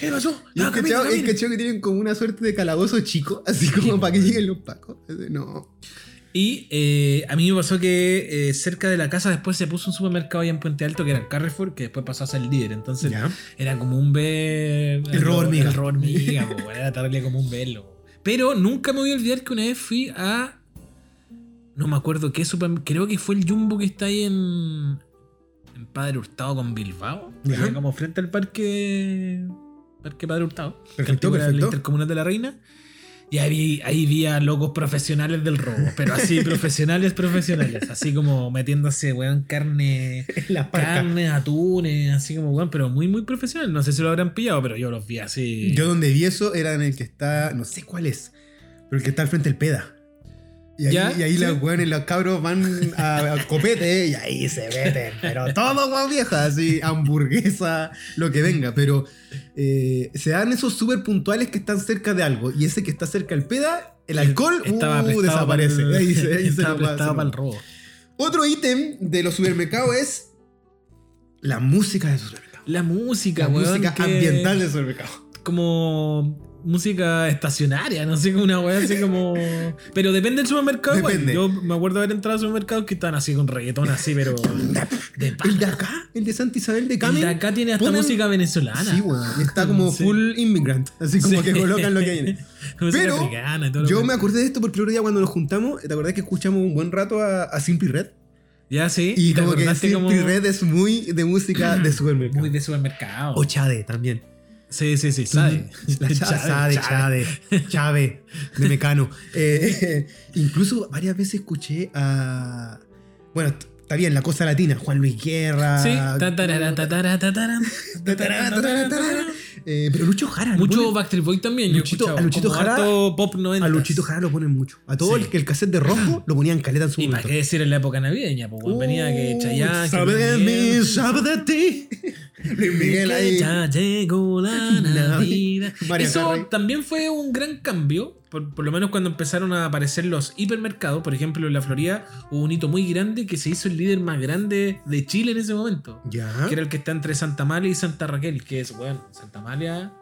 S1: ¿Qué pasó?
S2: Y
S1: Ah,
S2: es que
S1: camine,
S2: chao- es
S1: camine.
S2: que chao que tienen como una suerte de calabozo chico, así como para que lleguen los pacos. Así, No.
S1: Y eh, a mí me pasó que eh, cerca de la casa después se puso un supermercado allá en Puente Alto que era el Carrefour, que después pasó a ser el líder. Entonces
S2: Ya.
S1: era como un ver.
S2: El robo hormiga.
S1: El robo hormiga, po, weón, era terrible como un verlo. po. Pero nunca me voy a olvidar que una vez fui a. No me acuerdo qué super. Creo que fue el Jumbo que está ahí en. En Padre Hurtado con Bilbao.
S2: Ya.
S1: que era Como frente al parque. Parque Padre Hurtado. que
S2: Perfecto,
S1: antiguo era
S2: perfecto.
S1: El Intercomunal de la Reina. Y ahí, vi- ahí vi a locos profesionales del robo, pero así, profesionales, profesionales, así como metiéndose, weón, carne,
S2: Las parcas.
S1: carne, atunes, así como, weón, pero muy, muy profesional. No sé si lo habrán pillado, pero yo los vi así.
S2: Yo donde vi eso era en el que está, no sé cuál es, pero el que está al frente del peda. Y ahí,
S1: Ya,
S2: y ahí
S1: sí.
S2: los weones, los cabros van a, a copete y ahí se meten. Pero todo guau vieja, así, hamburguesa, lo que venga. Pero eh, se dan esos súper puntuales que están cerca de algo. Y ese que está cerca del peda, el alcohol,
S1: estaba
S2: uh,
S1: prestado
S2: desaparece.
S1: pa'l-
S2: Ahí se- ahí se
S1: estaba
S2: lo- se
S1: prestado
S2: lo-
S1: para el robo.
S2: Otro ítem de los supermercados es la música de supermercado.
S1: La música,
S2: La
S1: weón.
S2: música
S1: que-
S2: ambiental de supermercado.
S1: Como música estacionaria, no sé, como una weón así como. Pero depende del supermercado, igual.
S2: Depende.
S1: Yo me acuerdo haber entrado a supermercados que estaban así con reggaetón, así, pero. De
S2: El de acá, el de Santa Isabel de
S1: Y
S2: Camen.
S1: de acá tiene hasta
S2: ponen-
S1: música venezolana.
S2: Sí, weón. Está como
S1: Sí.
S2: full immigrant. Así como
S1: Sí.
S2: que colocan lo que hay.
S1: Música
S2: Pero
S1: africana y todo lo
S2: Yo
S1: que-
S2: me acordé de esto por el primer día cuando nos juntamos. ¿Te acordás que escuchamos un buen rato a, a Simply Red?
S1: Ya sí.
S2: Y
S1: ¿te
S2: como que
S1: acordaste
S2: Simply Red es muy de música de supermercado.
S1: Muy de supermercado.
S2: O Chade también.
S1: Sí, sí, sí. Sabe.
S2: La Chade, Chade, Chave, de Mecano. Eh, incluso varias veces escuché a. Bueno, t- está bien, la cosa latina. Juan Luis Guerra.
S1: Sí. ta, tarara, ta, tara, ta, taran, ta, tarara, ta, tara, ta, tara.
S2: Eh, pero Lucho Jara. ¿no?
S1: Mucho
S2: Ponen-
S1: Backstreet Boy también.
S2: Luchito-
S1: yo he escuchado,
S2: a Luchito
S1: como
S2: Jara-
S1: harto Pop 90.
S2: A Luchito Jara lo ponen mucho. A todo
S1: Sí.
S2: el que el cassette de rojo lo ponían caleta en su
S1: Y para
S2: momento.
S1: qué decir en la época navideña, pues weón, venía que Chayanne. que
S2: Uh, Sabe de
S1: Luis Miguel,
S2: mí, sabe de ti. Luis Miguel
S1: que
S2: ahí.
S1: Ya llegó la Navidad.
S2: Mariah
S1: Eso
S2: Carey.
S1: también fue un gran cambio, por, por lo menos cuando empezaron a aparecer los hipermercados. Por ejemplo, en la Florida hubo un hito muy grande que se hizo el líder más grande de Chile en ese momento,
S2: Ya.
S1: que era el que está entre Santa María y Santa Raquel, que es, bueno, Santa María.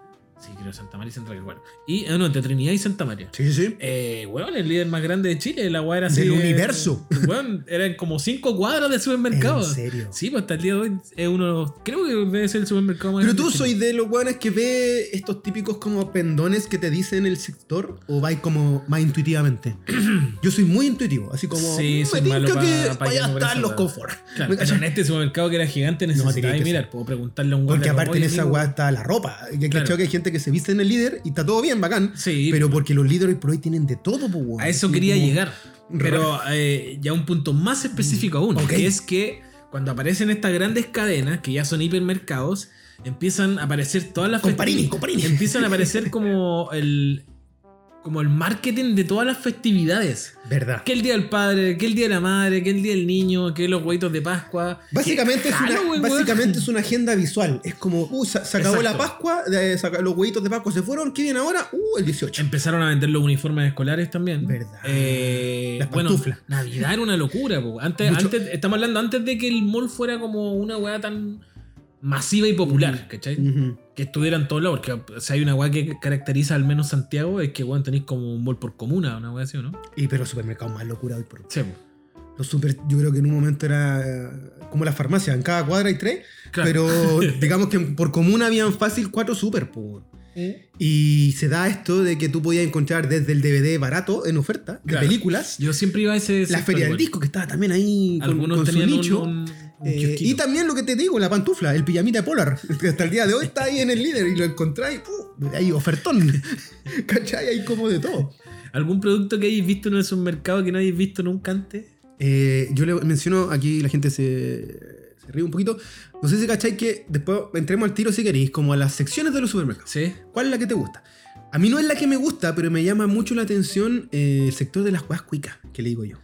S1: Sí, creo Santa María y Santa Raquel. Bueno, y, ah, no, entre Trinidad y Santa María.
S2: Sí, sí.
S1: Eh, weón, el líder más grande de Chile, la weá era así.
S2: Del
S1: eh,
S2: universo.
S1: Weón, eran como cinco cuadras de
S2: En
S1: supermercado.
S2: serio.
S1: Sí, pues hasta el día de hoy es uno de los- Creo que debe ser el supermercado más
S2: Pero
S1: grande
S2: tú
S1: de Chile.
S2: soy de los weones que ve estos típicos como pendones que te dicen el sector o vais como más intuitivamente. Yo soy muy intuitivo, así como
S1: Sí,
S2: "Mm,
S1: soy
S2: me
S1: malo
S2: tinca
S1: pa-
S2: que
S1: pa
S2: vaya
S1: guiarme
S2: a
S1: por
S2: estar
S1: esa
S2: los
S1: weá".
S2: confort.
S1: Claro,
S2: ¿Me
S1: pero en
S2: cachai?
S1: este supermercado que era gigante necesitaba
S2: tenía que
S1: mirar,
S2: ser.
S1: puedo preguntarle a un guardia
S2: Porque
S1: como,
S2: aparte en
S1: "Oye,
S2: esa
S1: amigo".
S2: weá está la ropa. Y que
S1: Claro.
S2: cachao que hay gente que se viste en el líder y está todo bien, bacán.
S1: Sí, pues.
S2: pero porque los líderes por hoy tienen de todo, pues, weón.
S1: a eso
S2: Así
S1: quería
S2: como-
S1: llegar. Pero eh, ya un punto más específico aún,
S2: Ok.
S1: que es que cuando aparecen estas grandes cadenas, que ya son hipermercados, empiezan a aparecer todas las
S2: Comparini,
S1: festivi-
S2: comparini.
S1: Empiezan a aparecer como el como el marketing de todas las festividades.
S2: Verdad.
S1: Que el día del padre, que el día de la madre, que el día del niño, que los huevitos de Pascua.
S2: Básicamente, es una,
S1: Halloween,
S2: básicamente
S1: weón.
S2: es una agenda visual. Es como, uh, se, se acabó
S1: Exacto.
S2: la Pascua, de- se acab- los huevitos de Pascua se fueron, ¿qué viene ahora? Uh, el 18.
S1: Empezaron a vender los uniformes escolares también.
S2: Verdad.
S1: Eh,
S2: Las
S1: bueno,
S2: pantuflas.
S1: Navidad era una locura. po. Antes,
S2: Mucho-
S1: antes, estamos hablando antes de que el mall fuera como una weá tan masiva y
S2: Mm.
S1: popular, ¿cachai?
S2: Ujú.
S1: Que estuvieran todos lados. Porque o sea, hay una weá que caracteriza al menos Santiago, es que weón tenéis como un mall por comuna, una weá así, ¿o ¿no?
S2: Y pero los supermercados más locura hoy por hoy.
S1: Sí, po.
S2: Los super, yo creo que en un momento era eh, como la farmacia, en cada cuadra hay tres.
S1: Claro.
S2: Pero digamos que por común habían fácil cuatro super, po, weón.
S1: ¿Eh?
S2: Y se da esto de que tú podías encontrar desde el DVD barato en oferta de
S1: Claro.
S2: películas.
S1: Yo siempre iba a ese.
S2: La
S1: sector
S2: feria del
S1: igual.
S2: disco que estaba también ahí con,
S1: Algunos
S2: con su
S1: tenían un-
S2: nicho.
S1: un- un
S2: Eh,
S1: kiosquito.
S2: y también lo que te digo, la pantufla, el pijamita de Polar, que hasta el día de hoy está ahí en el líder y lo encontráis, ¡uh! ahí ofertón. ¿Cachai? Ahí como de todo.
S1: ¿Algún producto que hayáis visto en un supermercado que no hayáis visto nunca antes?
S2: Eh, yo le menciono, aquí la gente se, se ríe un poquito. No sé si cacháis que después entremos al tiro si queréis, como a las secciones de los supermercados.
S1: Sí.
S2: ¿Cuál es la que te gusta? A mí no es la que me gusta, pero me llama mucho la atención eh, el sector de las cosas cuicas, que le digo yo.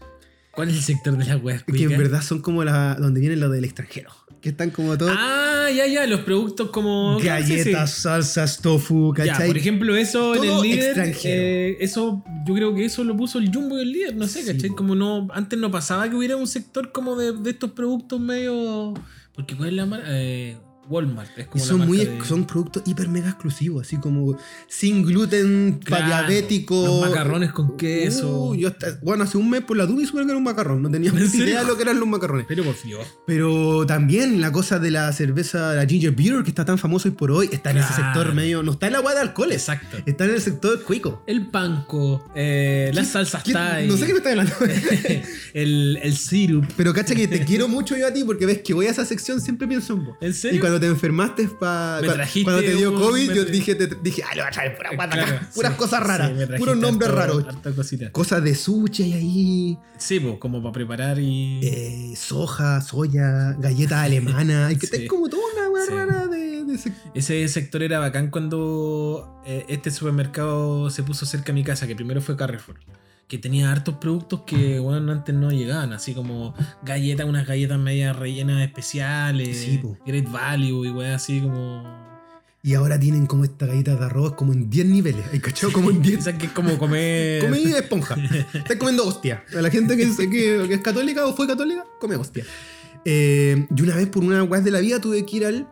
S1: ¿Cuál es el sector de las weas
S2: Que en
S1: cuicas?
S2: verdad son como la, donde vienen los del extranjero. Que están como todo.
S1: Ah, ya, ya, los productos como.
S2: galletas,
S1: Sí, sí.
S2: salsas, tofu,
S1: Ya,
S2: ¿cachai?
S1: por ejemplo, eso en
S2: Todo
S1: el líder.
S2: extranjero.
S1: eh, eso, yo creo que eso lo puso el Jumbo y el líder, no sé,
S2: Sí.
S1: ¿cachai? Como no. Antes no pasaba que hubiera un sector como de, de estos productos medio. Porque ¿cuál es la marca? Eh, Walmart. Es
S2: Y
S1: como la
S2: son, muy,
S1: marca de-
S2: son productos hiper mega exclusivos, así como sin gluten,
S1: Claro,
S2: para diabético.
S1: Los macarrones con queso.
S2: Uh, yo hasta- bueno, hace un mes por la duda supe que era un macarrón. No tenía
S1: ¿En
S2: ni
S1: serio?
S2: idea de lo que eran los macarrones.
S1: Pero por Dios.
S2: Pero también la cosa de la cerveza, la ginger beer, que está tan famosa hoy por hoy, está en ese
S1: Claro.
S2: sector medio. No está en la agua de alcoholes.
S1: Exacto.
S2: Está en el sector cuico.
S1: El panco, eh, las salsas
S2: ¿Qué-
S1: Thai,
S2: No sé qué me estás hablando.
S1: el, el syrup.
S2: Pero cacha que te quiero mucho yo a ti porque ves que voy a esa sección siempre pienso en vos.
S1: ¿En serio?
S2: Y cuando te enfermaste pa-
S1: Me
S2: cua-
S1: trajiste
S2: cuando te dio
S1: un-
S2: COVID,
S1: me
S2: yo
S1: tra-
S2: dije, te, dije, ah, le voy a traer pura guata
S1: Claro,
S2: acá, puras
S1: sí,
S2: cosas raras,
S1: sí, me trajiste
S2: puros nombres
S1: harto-
S2: raros.
S1: harta cosita.
S2: Cosas de sushi ahí,
S1: Sí, po, como para preparar y.
S2: eh, soja, soya, galletas alemanas. Es que
S1: Sí.
S2: es como toda una weá
S1: Sí.
S2: rara de, de ese-
S1: Ese sector era bacán cuando eh, este supermercado se puso cerca a mi casa, que primero fue Carrefour. Que tenía hartos productos que, bueno, antes no llegaban, así como galletas, unas galletas medias rellenas especiales,
S2: Sí, po.
S1: Great Value y weas así como.
S2: Y ahora tienen como estas galletas de arroz como en 10 niveles. ¿Hay cachado? Como en 10.
S1: Piensan que es como comer.
S2: Comí esponja. Estás comiendo hostia. A la gente que, se- que- que es católica o fue católica, come hostia. Eh, y una vez por una guas de la vida tuve que ir al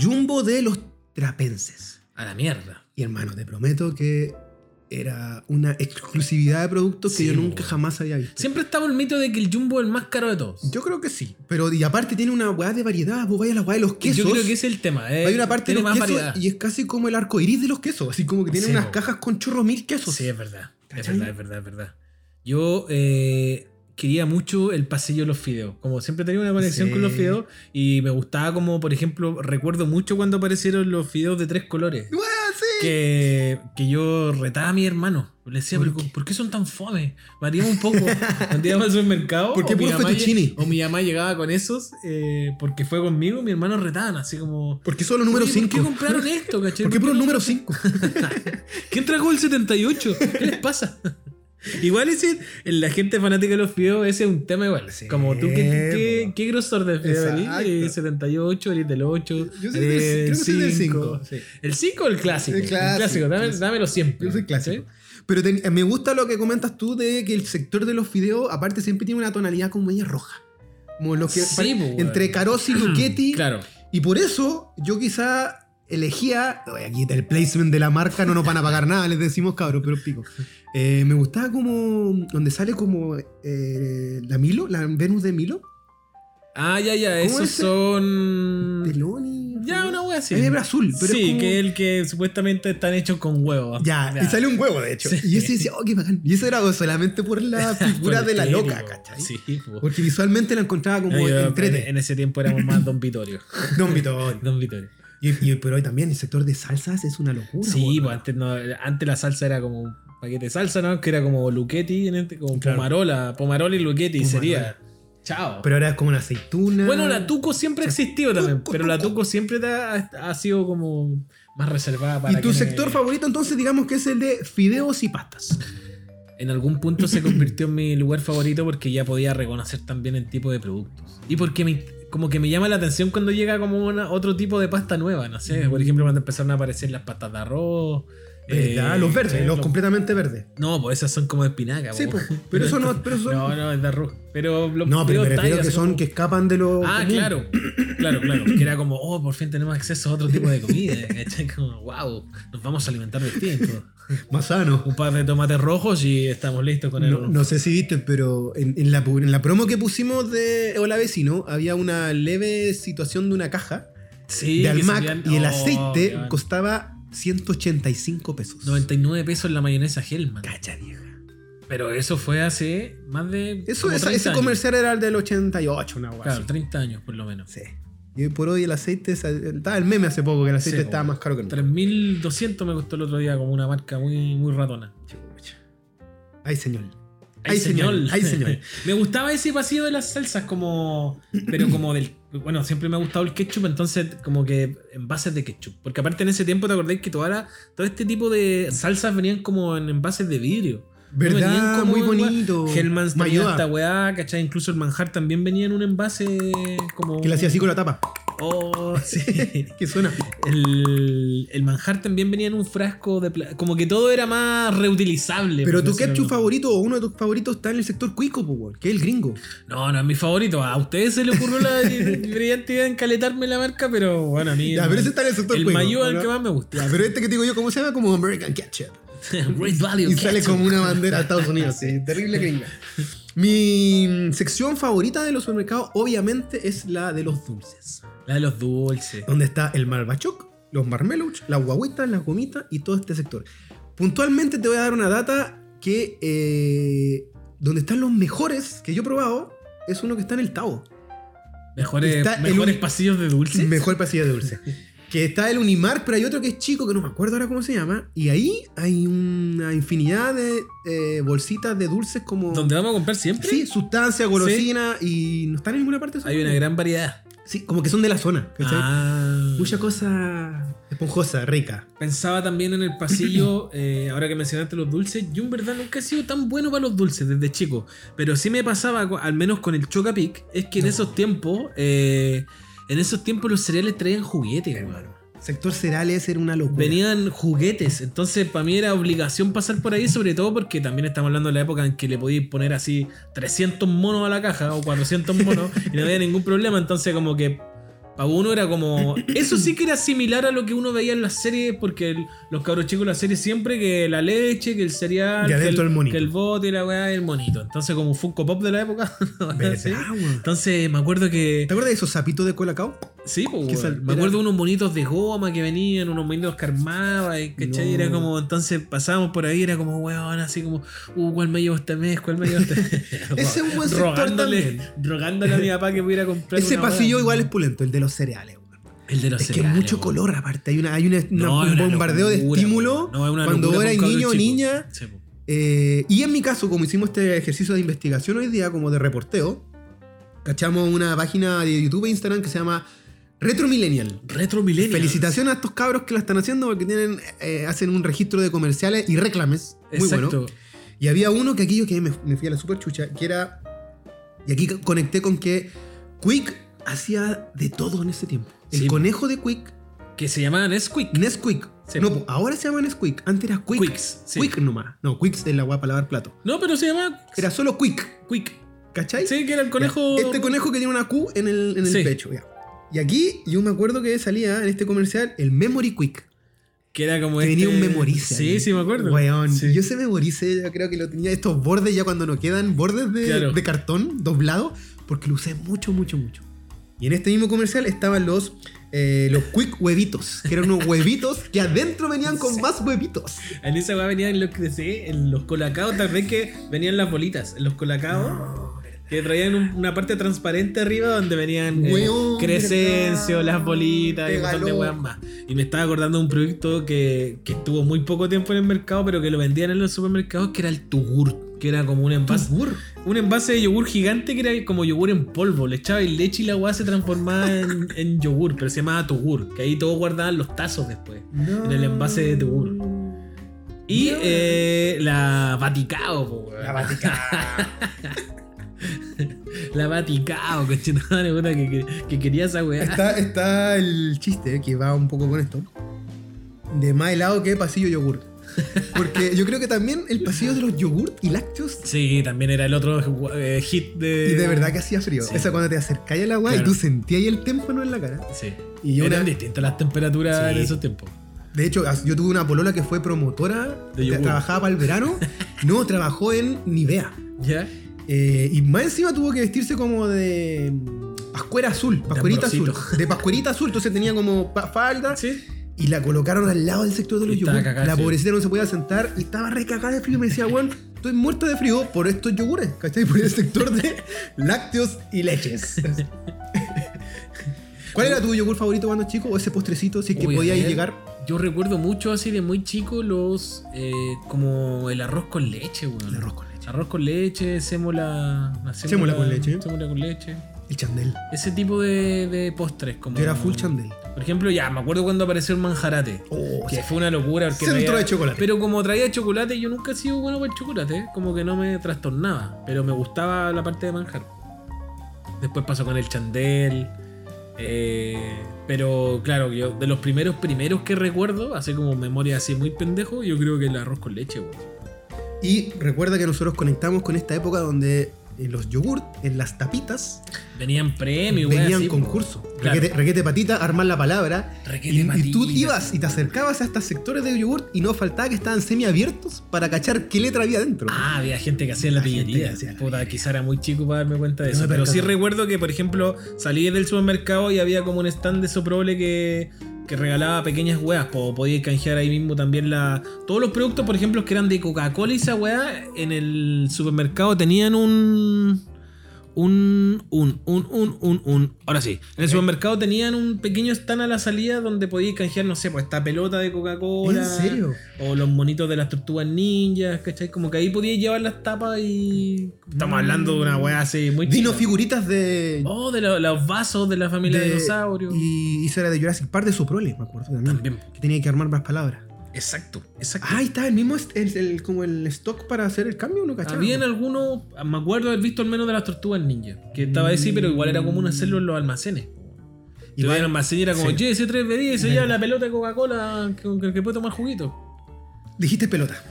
S2: Jumbo de los Trapenses.
S1: A la mierda.
S2: Y hermano, te prometo que era una exclusividad de productos que
S1: Sí,
S2: yo nunca
S1: bueno.
S2: jamás había visto.
S1: Siempre estaba el mito de que el Jumbo es el más caro de todos.
S2: Yo creo que sí. Pero y aparte tiene una guas de variedad. Vos vayas a la guas de los quesos.
S1: Yo creo que ese es el tema. eh,
S2: Hay una parte de
S1: tiene
S2: los
S1: más
S2: quesos
S1: variedad.
S2: y es casi como el arco iris de los quesos. Así como que tiene
S1: Sí,
S2: unas
S1: po.
S2: cajas con chorros mil quesos.
S1: Sí, es verdad. Es
S2: Pues, ¿Cachai?
S1: verdad, es verdad, es verdad. Yo eh, quería mucho el pasillo de los fideos. Como siempre tenía una conexión
S2: Sí.
S1: con los fideos y me gustaba como, por ejemplo, recuerdo mucho cuando aparecieron los fideos de tres colores.
S2: Guau, sí.
S1: Que, que yo retaba a mi hermano. Le decía,
S2: ¿Por
S1: ¿Por,
S2: qué?
S1: ¿por qué son tan fome? Variamos un poco. Cuando íbamos al supermercado.
S2: ¿Por qué
S1: o mi
S2: puro
S1: mamá lle-
S2: fettuccine?
S1: O mi mamá llegaba con esos eh, porque fue conmigo. Mi hermano retaban así como.
S2: Porque solo número
S1: "Oye,
S2: 5.
S1: ¿Por qué compraron esto, cachai?
S2: ¿Por qué por
S1: no
S2: un número 5?
S1: ¿Quién trajo el 78? ¿Qué les pasa? Igual ese, la gente fanática de los fideos, ese es un tema igual.
S2: Sí,
S1: Como tú, ¿qué, qué, qué,
S2: po.
S1: qué grosor de fideo eres?
S2: Exacto.
S1: Eh, 78, eres del 8.
S2: Yo soy del- creo que soy del cinco, sí.
S1: ¿El 5 o el clásico?
S2: El clásico,
S1: dame-
S2: sí.
S1: dámelo siempre.
S2: Yo soy clásico. Pero te- me gusta lo que comentas tú de que el sector de los fideos, aparte, siempre tiene una tonalidad como media roja. Como lo que
S1: Sí,
S2: pare-
S1: po, weón.
S2: entre Carossi y
S1: ¿Sí?
S2: Luchetti.
S1: Claro.
S2: Y por eso yo quizá elegía. Oye, Aquí está el placement de la marca, no nos van a pagar nada, les decimos cabros, pero pico. Eh, me gustaba como. Donde sale como. eh, la Milo, la Venus de Milo.
S1: Ah, ya, ya,
S2: ¿Cómo
S1: esos
S2: ese?
S1: son.
S2: Peloni.
S1: Ya, una wea así.
S2: Es de azul, pero
S1: sí,
S2: es como-
S1: que es el que supuestamente están hechos con huevos.
S2: Ya, y sale un huevo, de hecho.
S1: Sí.
S2: Y ese decía, oh, qué bacán. Y ese era solamente por la figura de la loca, ¿cachai?
S1: Sí, po.
S2: Porque visualmente la encontraba como
S1: No, yo-
S2: entrete.
S1: en ese tiempo éramos más Don Vitorio.
S2: Don Vitón.
S1: Don Vitorio.
S2: Y, y- pero hoy también el sector de salsas es una locura.
S1: Sí,
S2: weón.
S1: pues antes, no, antes la salsa era como un paquete de salsa, ¿no? Que era como Luchetti, en este- como
S2: Claro.
S1: Pomarola, Pomarola y Luchetti
S2: Pomarola.
S1: sería. Chao.
S2: Pero ahora es como una aceituna.
S1: bueno, la Tuco siempre ha existido también,
S2: Tuco,
S1: pero la
S2: Tuco.
S1: Tuco siempre ha, ha sido como más reservada para.
S2: Y tu
S1: quienes-
S2: sector favorito entonces digamos que es el de fideos y pastas.
S1: En algún punto se convirtió en mi lugar favorito porque ya podía reconocer también el tipo de productos. Y porque me, como que me llama la atención cuando llega como una- otro tipo de pasta nueva, no sé.
S2: Mm.
S1: Por ejemplo, cuando empezaron a aparecer las pastas de arroz.
S2: ¿Verdad?
S1: eh,
S2: los verdes,
S1: eh,
S2: los completamente verdes.
S1: No, pues esas son como de espinaca.
S2: Sí,
S1: po.
S2: po, pero eso no, pero eso
S1: No, no, es de arroz. Pero los
S2: No, pero
S1: fideos
S2: me refiero
S1: talla,
S2: que
S1: así
S2: son
S1: como-
S2: que escapan de los.
S1: Ah, claro, claro, claro. Que era como, oh, por fin tenemos acceso a otro tipo de comida. ¿cachai? Como, wow, nos vamos a alimentar distinto.
S2: Más sanos.
S1: Un par de tomates rojos y estamos listos con el.
S2: No, no sé si viste, pero en, en la, pu- en la promo que pusimos de Hola Vecino había una leve situación de una caja
S1: sí,
S2: de
S1: que
S2: Almac
S1: salían-
S2: y el
S1: oh,
S2: aceite
S1: weón.
S2: costaba 185 pesos.
S1: 99 pesos la mayonesa Hellman.
S2: Cacha vieja.
S1: Pero eso fue hace más de.
S2: Eso,
S1: como
S2: esa-
S1: 30
S2: ese
S1: años.
S2: comercial era el del 88, una guasa.
S1: Claro, 30 años por lo menos.
S2: Sí. Y hoy por hoy el aceite, sal- estaba el meme hace poco que el aceite
S1: Sí,
S2: estaba
S1: bueno.
S2: más caro que nunca.
S1: 3200 me costó el otro día como una marca muy, muy ratona.
S2: Chucha. Ay, señor. Ay, señor. Ay, señor.
S1: me gustaba ese vacío de las salsas, como. Pero como del. Bueno, siempre me ha gustado el ketchup, entonces, como que envases de ketchup. Porque aparte en ese tiempo, ¿te acordáis que toda la- todo este tipo de salsas venían como en envases de vidrio? No venían
S2: ¿Verdad?
S1: como
S2: Muy
S1: en weá-
S2: bonito.
S1: Hellmann's tenía
S2: Mayoa,
S1: esta weá, ¿cachai? Incluso el manjar también venía en un envase como.
S2: Que le hacía así con la tapa.
S1: Oh, sí.
S2: Que suena.
S1: pues, El, el manjar también venía en un frasco de pla- Como que todo era más reutilizable.
S2: Pero
S1: por
S2: tu
S1: decirlo.
S2: ketchup favorito o uno de tus favoritos está en el sector cuico, po, weón, que es el gringo.
S1: No, no es mi favorito. A ustedes se les ocurrió la brillante idea de encaletarme la marca, pero bueno, a mí.
S2: Ya,
S1: el-
S2: pero ese está en el sector
S1: el
S2: cuico.
S1: mayo es el
S2: ¿no?
S1: que más me gusta.
S2: Ya, pero este que te digo yo, ¿cómo se llama? Como American Ketchup.
S1: Great Value.
S2: Y sale
S1: ketchup.
S2: como una bandera de Estados Unidos, sí, terrible gringa. Mi mm, sección favorita de los supermercados, obviamente, es la de los dulces.
S1: La de los dulces.
S2: Donde está el malbachoc, los marmelouch, las guaguitas, las gomitas y todo este sector. Puntualmente te voy a dar una data que eh, donde están los mejores que yo he probado es uno que está en el Tao.
S1: Mejores,
S2: Está el
S1: mejores
S2: uni-
S1: pasillos de dulces.
S2: Mejor pasilla de dulce. que está el Unimar, pero hay otro que es chico, que no me acuerdo ahora cómo se llama. Y ahí hay una infinidad de eh, bolsitas de dulces como...
S1: Donde vamos a comprar siempre.
S2: Sí, sustancia, golosina y no están en ninguna parte. son
S1: Hay una
S2: como-
S1: gran variedad.
S2: Sí, como que son de la zona. ¿cachai?
S1: Ah.
S2: Mucha cosa esponjosa, rica.
S1: Pensaba también en el pasillo, eh, ahora que mencionaste los dulces, yo en verdad nunca he sido tan bueno para los dulces desde chico, pero sí me pasaba, co- al menos con el Chocapic, es que en
S2: No.
S1: esos tiempos, eh, en esos tiempos los cereales traían juguetes, weón.
S2: Sector Cerales era una locura.
S1: Venían juguetes, entonces para mí era obligación pasar por ahí, sobre todo porque también estamos hablando de la época en que le podías poner así 300 monos a la caja o 400 monos y no había ningún problema, entonces como que para uno era como... Eso sí que era similar a lo que uno veía en las series, porque el- los cabros chicos en las series siempre que la leche, que el cereal,
S2: Y
S1: que
S2: adentro el monito.
S1: que el bote, la weá, el monito. Entonces como Funko Pop de la época. ¿no?
S2: ¿Verdad,
S1: Sí.
S2: weón?
S1: Entonces me acuerdo que...
S2: ¿Te acuerdas de esos sapitos de colacao?
S1: Sí, po,
S2: Que
S1: weón.
S2: sal-
S1: me
S2: era-
S1: acuerdo unos bonitos de goma que venían, unos bonitos que armaba, y, ¿cachai?
S2: No.
S1: Era como, entonces pasábamos por ahí, era como, weón, así como, uh, ¿cuál me llevo este mes? ¿Cuál me llevo este mes?
S2: Ese es un buen sector
S1: rogándole,
S2: también.
S1: rogándole a mi papá que pudiera comprar.
S2: Ese
S1: una weá.
S2: pasillo igual es pulento, el de los cereales. weón.
S1: El de los
S2: Es que es
S1: cereales,
S2: mucho
S1: weón.
S2: color aparte. Hay, una, hay una- una-
S1: No, es
S2: un
S1: una
S2: bombardeo
S1: locura,
S2: de estímulo
S1: weón. No, es una
S2: cuando
S1: locura
S2: era
S1: para un
S2: niño o
S1: cabro chico.
S2: niña.
S1: Sí, po.
S2: Eh, y en mi caso, como hicimos este ejercicio de investigación hoy día, como de reporteo, cachamos una página de YouTube e Instagram que se llama Retro Millennial.
S1: Retro Millennial.
S2: Felicitaciones a estos cabros que la están haciendo porque tienen, eh, hacen un registro de comerciales y reclames. Muy
S1: Exacto.
S2: bueno. Y había uno que aquí yo que me, me fui a la super chucha, que era. Y aquí conecté con que Quick hacía de todo en ese tiempo. El
S1: Sí.
S2: conejo de Quick,
S1: Que se llamaban Nesquik.
S2: Nesquik.
S1: Sí.
S2: No, po, ahora se llama Nesquik. Antes era Quick.
S1: Quicks. sí.
S2: Quick nomás. No, Quick es la guapa para lavar plato.
S1: No, pero se llamaba
S2: Era solo Quick.
S1: Quick.
S2: ¿Cachai?
S1: Sí, que era el conejo.
S2: Este conejo que tiene una Q en el, en el
S1: Sí.
S2: pecho, ya. Y aquí yo me acuerdo que salía en este comercial el Memory Quick.
S1: Que era como
S2: Que
S1: este.
S2: venía un memoriza.
S1: Sí,
S2: ¿no?
S1: sí, me acuerdo.
S2: Weón,
S1: Sí.
S2: yo ese memorice, yo creo que lo tenía estos bordes ya cuando no quedan, bordes de,
S1: Claro.
S2: de cartón doblado, porque lo usé mucho, mucho, mucho. Y en este mismo comercial estaban los, eh, los Quick Huevitos, que eran unos huevitos que adentro venían con más huevitos.
S1: En esa weá venían los que sé, en los colacados, tal vez que venían las bolitas, en los colacados. Que traían un- una parte transparente arriba donde venían eh,
S2: Weón,
S1: Crescencio,
S2: verdad.
S1: las bolitas y un montón de
S2: Pegaló.
S1: weas más. Y me estaba acordando de un producto que, que estuvo muy poco tiempo en el mercado, pero que lo vendían en los supermercados, que era el Tugur, que era como un envase,
S2: Burr.
S1: un envase de yogur gigante que era como yogur en polvo. Le echabas leche y la weá se transformaba en, en yogur, pero se llamaba Tugur, que ahí todos guardaban los tazos después. En el envase de tu burro. Y
S2: Mira.
S1: eh, la Vaticao, po, weón.
S2: La Vaticana.
S1: La Vaticao, conchetumare, puta, que, que, que quería esa weá.
S2: Está, está el chiste que va un poco con esto. De más helado que pasillo yogurt. Porque yo creo que también el pasillo de los yogurt y lácteos.
S1: Sí, también era el otro eh, hit de.
S2: Y de verdad que hacía frío.
S1: Sí.
S2: Esa cuando te acercáis al agua
S1: Claro.
S2: y tú sentías ahí el témpano en la cara.
S1: Sí.
S2: Y una-
S1: Eran distintas las temperaturas
S2: Sí.
S1: en esos tiempos.
S2: De hecho, yo tuve una polola que fue promotora,
S1: De yogur.
S2: trabajaba para el verano. no, trabajó en Nivea.
S1: ¿Ya?
S2: Eh, y más encima tuvo que vestirse como de mm, pascuera azul, pascuerita azul.
S1: ambrosito.
S2: De pascuerita azul, entonces tenía como pa- falda.
S1: Sí.
S2: Y la colocaron al lado del sector de los
S1: Y estaba
S2: yogures.
S1: cagada de
S2: La
S1: frío.
S2: pobrecita no se podía sentar y estaba recagada de frío. Y me decía, weón, estoy muerta de frío por estos yogures, ¿cachai? Por el sector de lácteos y leches. ¿Cuál era tu yogur favorito cuando chico? ¿O ese postrecito? Si es que
S1: Uy, a
S2: podías
S1: ver,
S2: llegar.
S1: Yo recuerdo mucho así de muy chico los. eh, como el arroz con leche, weón.
S2: El arroz con leche.
S1: Arroz con leche, sémola. una
S2: Sémola con leche.
S1: Sémola con leche.
S2: El chandel.
S1: Ese tipo de, de postres. Como,
S2: Yo era full chandel.
S1: Por ejemplo, ya, me acuerdo cuando apareció el manjarate.
S2: Oh,
S1: Que
S2: sí.
S1: fue una locura. Porque
S2: Centro
S1: traía-
S2: de chocolate.
S1: Pero como traía chocolate, yo nunca he sido bueno para el chocolate. ¿eh? Como que no me trastornaba. Pero me gustaba la parte de manjar. Después pasó con el chandel. eh, pero claro, yo de los primeros primeros que recuerdo, así como memoria así muy pendejo, yo creo que el arroz con leche, weón.
S2: Y recuerda que nosotros conectamos con esta época donde en los yogurt, en las tapitas,
S1: Venían premios, weón.
S2: venían
S1: así,
S2: concursos.
S1: Claro.
S2: Requete, requete patita, armar la palabra.
S1: Requete
S2: Y, y
S1: patita.
S2: tú ibas y te acercabas a estos sectores de yogurt y no faltaba que estaban semiabiertos para cachar qué letra había dentro.
S1: Ah, había gente que hacía la
S2: La gente que
S1: pillería.
S2: hacía la
S1: Puta, quizá era muy chico para darme cuenta de
S2: No
S1: eso.
S2: me
S1: Pero sí
S2: percaté.
S1: recuerdo que, por ejemplo, salí del supermercado y había como un stand de Soprole que, que regalaba pequeñas weas. Po, podía canjear ahí mismo también la. Todos los productos, por ejemplo, que eran de Coca-Cola y esa wea, en el supermercado tenían un. Un, un, un, un, un, un. Ahora sí. En el supermercado tenían un pequeño stand a la salida donde podías canjear, no sé, pues esta pelota de Coca-Cola.
S2: ¿En serio?
S1: O los monitos de las tortugas ninjas, ¿cachai? Como que ahí podías llevar las tapas y. Estamos hablando de una weá así muy.
S2: Vino
S1: chica.
S2: figuritas de.
S1: Oh, de lo- los vasos de la familia de, dinosaurios.
S2: Y hizo era de Jurassic Park de Soprole, me acuerdo también.
S1: También.
S2: Que tenía que armar más palabras.
S1: Exacto, exacto.
S2: Ah, ahí está el mismo, est- el, el- como el stock para hacer el cambio, ¿no cachaba?
S1: Habían algunos. Me acuerdo haber visto al menos de las tortugas ninjas. Que estaba ahí sí, pero igual era común hacerlo en los almacenes. Y
S2: Igual-
S1: en el almacén y era como,
S2: sí.
S1: che, ese 3B10, se lleva la pelota de Coca-Cola con que, que puede tomar juguito.
S2: Dijiste pelota.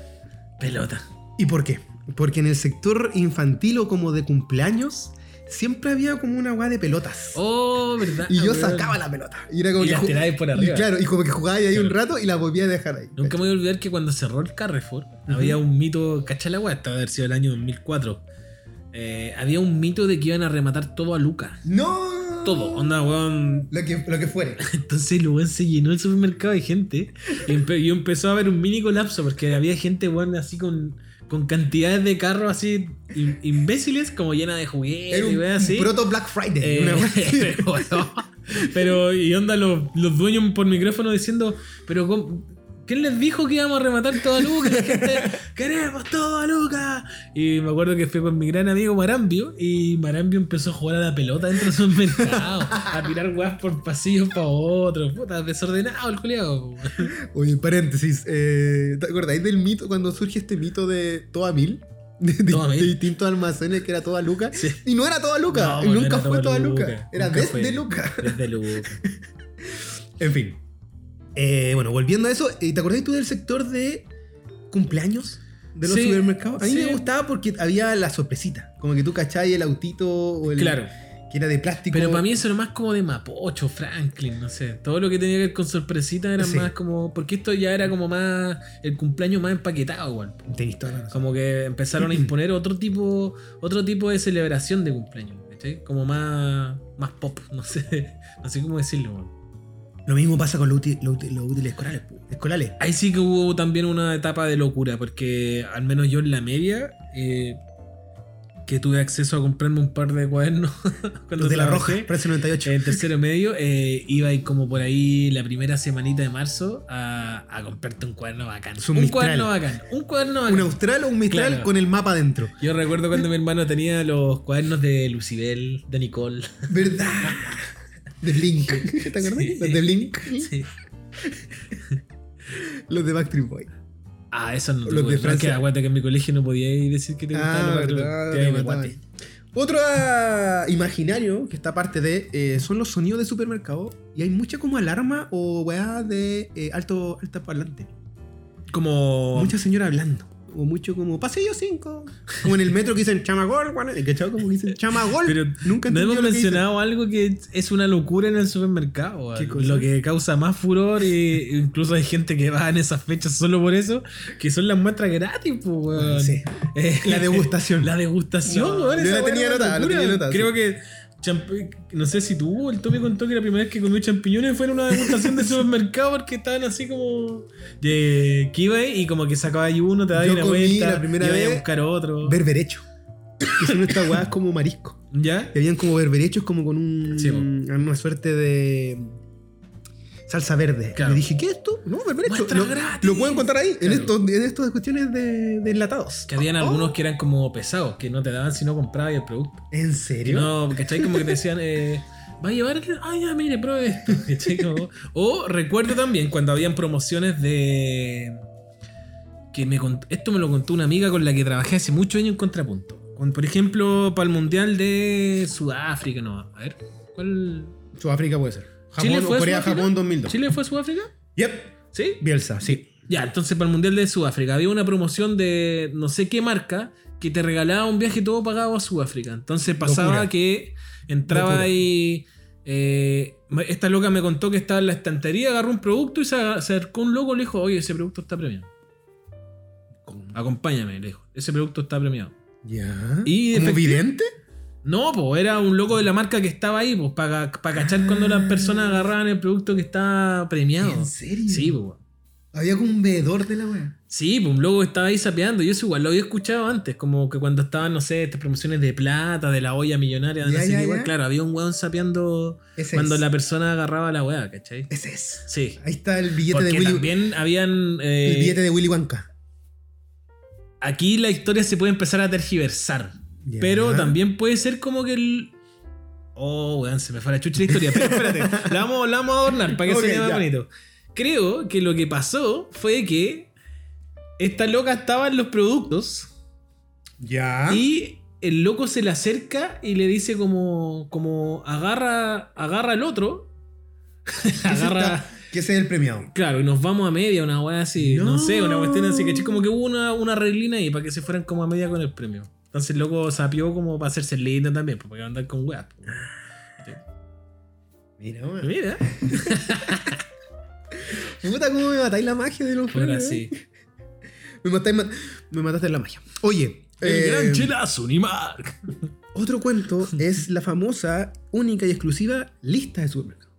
S1: Pelota.
S2: ¿Y por qué? Porque en el sector infantil o como de cumpleaños, siempre había como una weá de pelotas.
S1: Oh, verdad.
S2: y yo
S1: weón.
S2: sacaba la pelota. Y era como
S1: Y
S2: que
S1: las
S2: ju-
S1: tirabas por
S2: y
S1: arriba.
S2: claro, y como que jugaba ahí un
S1: Claro.
S2: rato y la volvía a dejar ahí.
S1: Nunca me voy a olvidar que cuando cerró el Carrefour, había un mito, cacha la weá, estaba haber sido el año 2004. Eh, había un mito de que iban a rematar todo a Lucas.
S2: ¡No!
S1: Todo, onda, weón.
S2: Lo que, lo que fuere.
S1: Entonces el weón se llenó el supermercado de gente y, empe- y empezó a haber un mini colapso porque había gente, weón, así con, con cantidades de carros así im- imbéciles, como llena de juguetes
S2: Era
S1: y
S2: un,
S1: weá
S2: un
S1: así.
S2: proto Black Friday.
S1: Eh,
S2: una weá así.
S1: pero, pero, y onda los, los dueños por micrófono diciendo, pero ¿cómo- ¿quién les dijo que íbamos a rematar todo a Lucas? La gente, ¡Queremos todo a Lucas! Y me acuerdo que fui con mi gran amigo Marambio y Marambio empezó a jugar a la pelota dentro de su mercado, a tirar weas por pasillos para otros. Puta, desordenado el culiao.
S2: Oye, paréntesis. eh, ¿Te acordáis del mito cuando surge este mito de toda mil? De, de-
S1: Toda Mil.
S2: de distintos almacenes que era toda Luca. Y no era toda Luca.
S1: No,
S2: nunca
S1: era
S2: fue toda Luca. Era
S1: nunca
S2: desde
S1: fue.
S2: Luca.
S1: Desde Lucas.
S2: En fin. Eh, bueno, volviendo a eso, eh, ¿te acordás tú del sector de cumpleaños de los
S1: Sí,
S2: supermercados? A mí
S1: sí.
S2: me gustaba porque había la sorpresita. Como que tú cachabas el autito o el
S1: Claro.
S2: que era de plástico.
S1: Pero para mí eso era más como de Mapocho, Franklin, no sé. Todo lo que tenía que ver con sorpresitas era
S2: Sí.
S1: más como. Porque esto ya era como más. El cumpleaños más empaquetado, igual.
S2: Tenés toda la razón.
S1: Como que empezaron a imponer otro tipo. Otro tipo de celebración de cumpleaños, ¿cachai? Como más. Más pop, no sé. No sé cómo decirlo, weón.
S2: Lo mismo pasa con los úti- los úti- los útiles escolares. pu. Escolares.
S1: Ahí sí que hubo también una etapa de locura, porque al menos yo en la media. eh, que tuve acceso a comprarme un par de cuadernos. cuando
S2: Los de la roja,
S1: trabajé.
S2: precio 98.
S1: En tercero medio eh, iba y como por ahí la primera semanita de marzo a, a comprarte un cuaderno bacán.
S2: Su
S1: Un
S2: Mistral.
S1: cuaderno bacán. Un cuaderno
S2: un
S1: bacán.
S2: austral o un mistral
S1: Claro.
S2: con el mapa adentro.
S1: Yo recuerdo cuando mi hermano tenía los cuadernos de Lucibel, de Nicole.
S2: ¿Verdad? De Blink. ¿Te acordás?
S1: Sí.
S2: Los de Blink.
S1: Sí.
S2: Los de Backstreet Boy.
S1: Ah, esos no
S2: Los
S1: tuve.
S2: de
S1: No, es que
S2: Francia.
S1: aguante que en mi colegio no podía ir y decir que te gustaban
S2: Ah,
S1: los otros.
S2: verdad,
S1: Te iba a ir
S2: te
S1: de
S2: mataban.
S1: guate.
S2: Otro ah, imaginario que está parte de eh, son los sonidos de supermercado y hay mucha como alarma o weá de eh, alto alta parlante.
S1: Como.
S2: Mucha señora hablando. O mucho como pasillo 5. Como en el metro que dicen chamagol, weón. ¿Cachado? Como que dicen chamagol.
S1: Pero
S2: Nunca
S1: no
S2: entendí
S1: hemos
S2: lo que dicen.
S1: mencionado algo que es una locura en el supermercado.
S2: ¿Qué cosa?
S1: Lo que causa más furor, e incluso hay gente que va en esas fechas solo por eso, que son las muestras gratis, po, weón.
S2: Sí.
S1: Eh,
S2: La degustación.
S1: La degustación,
S2: No,
S1: weón,
S2: yo
S1: esa
S2: la
S1: weá
S2: tenía
S1: era una
S2: anotada, la
S1: locura.
S2: tenía anotada,
S1: Creo
S2: sí.
S1: que champ- no sé si tú, el Tommy contó que la primera vez que comió champiñones fue en una degustación de supermercado porque estaban así como de que iba ahí y como que sacaba ahí uno, te daba
S2: Yo
S1: una
S2: comí
S1: vuelta,
S2: la primera
S1: y iba ahí a
S2: vez-
S1: buscar otro.
S2: Berberecho. Que son estas weas como marisco.
S1: ¿Ya?
S2: Que habían como berberechos como con un,
S1: Sí, po.
S2: una suerte de salsa verde.
S1: Claro.
S2: Y dije, ¿qué es esto? No, berberecho.
S1: Muestra
S2: Lo,
S1: gratis.
S2: lo pueden encontrar ahí, en,
S1: Claro.
S2: estos, en estas cuestiones de, de enlatados.
S1: Que habían
S2: Oh,
S1: algunos que eran como pesados, que no te daban si no comprabas el producto.
S2: ¿En
S1: Que
S2: serio?
S1: no, ¿cachai? Como que te decían, eh, ¿va a llevar? Ah, ya, mire, pruebe esto. ¿Cachai? Como- o recuerdo también cuando habían promociones de. que me cont- Esto me lo contó una amiga con la que trabajé hace muchos años en Contrapunto. Con, por ejemplo, para el Mundial de Sudáfrica, no. A ver, ¿cuál.
S2: Sudáfrica puede ser. Japón,
S1: ¿Chile fue
S2: o Corea,
S1: Sudáfrica?
S2: Japón 2002.
S1: ¿Chile fue a Sudáfrica?
S2: Yep.
S1: ¿Sí?
S2: Bielsa, sí.
S1: Ya, entonces para el Mundial de Sudáfrica había una promoción de no sé qué marca que te regalaba un viaje todo pagado a Sudáfrica. Entonces pasaba
S2: Locura.
S1: que entraba
S2: Locura.
S1: ahí. eh, esta loca me contó que estaba en la estantería, agarró un producto y se aga- se acercó un loco y le dijo: Oye, ese producto está premiado. Acompáñame, le dijo. Ese producto está premiado.
S2: Ya.
S1: Y
S2: ¿Como
S1: efecti-
S2: vidente?
S1: No, pues era un loco de la marca que estaba ahí, pues para cachar cuando las personas agarraban el producto que estaba premiado.
S2: Ah. ¿En serio?
S1: Sí, pues.
S2: Había como un veedor de la wea.
S1: Sí, pues un loco estaba ahí sapeando. Yo eso igual lo había escuchado antes, como que cuando estaban, no sé, estas promociones de plata, de la olla millonaria, de
S2: Ya,
S1: no sé
S2: ya,
S1: qué, igual,
S2: ya.
S1: claro, había un weón sapeando
S2: Ese
S1: cuando
S2: es.
S1: la persona agarraba la weá, ¿cachai?
S2: Ese es.
S1: Sí.
S2: Ahí está el billete
S1: Porque
S2: de Willy
S1: también habían. eh,
S2: este El billete de Willy Wonka.
S1: Aquí la historia se puede empezar a tergiversar.
S2: Ya.
S1: Pero también puede ser como que el. Oh, weón, se me fue la chucha la historia. Pero espérate, la vamos, la vamos a adornar para que
S2: Ok,
S1: se vea más
S2: ya.
S1: bonito. Creo que lo que pasó fue que esta loca estaba en los productos.
S2: Ya.
S1: Y el loco se le acerca y le dice como, como agarra, agarra al otro. agarra.
S2: Que ese es el premiado.
S1: Claro, y nos vamos a media, una weá así, no.
S2: No.
S1: sé, una cuestión así, ¿cachai? Como que hubo una, una reglina ahí para que se fueran como a media con el premio. Entonces el loco sapió como para hacerse lindo también, porque va a andar con weá.
S2: Mira, weón.
S1: Mira,
S2: Puta, cómo me matáis la magia de los
S1: ahora
S2: premios,
S1: sí.
S2: eh. Me, matáis ma- me mataste la magia. Oye, eh,
S1: El gran chelazo, Unimark.
S2: otro cuento es la famosa, única y exclusiva lista de supermercado.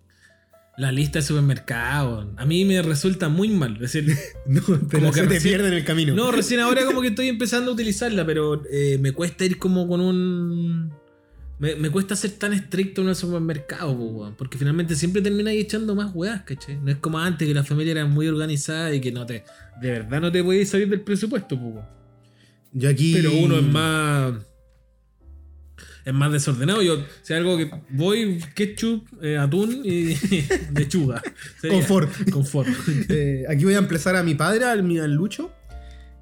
S1: La lista de supermercados. A mí me resulta muy mal. Es decir,
S2: No,
S1: Como que
S2: se te
S1: recién-
S2: pierden en el camino.
S1: No, recién ahora como que estoy empezando a utilizarla, pero eh, me cuesta ir como con un... Me, me cuesta ser tan estricto en el supermercado, po, weón, porque finalmente siempre terminas echando más weas, ¿cachai? No es como antes que la familia era muy organizada y que no te... De verdad no te podías salir del presupuesto, po, weón.
S2: Yo aquí.
S1: Pero uno es más... Es más desordenado. Yo, si algo que voy, ketchup, eh, atún y lechuga. Sería-
S2: Confort.
S1: Confort.
S2: Eh, aquí voy a empezar a mi padre, al, mi- al Lucho,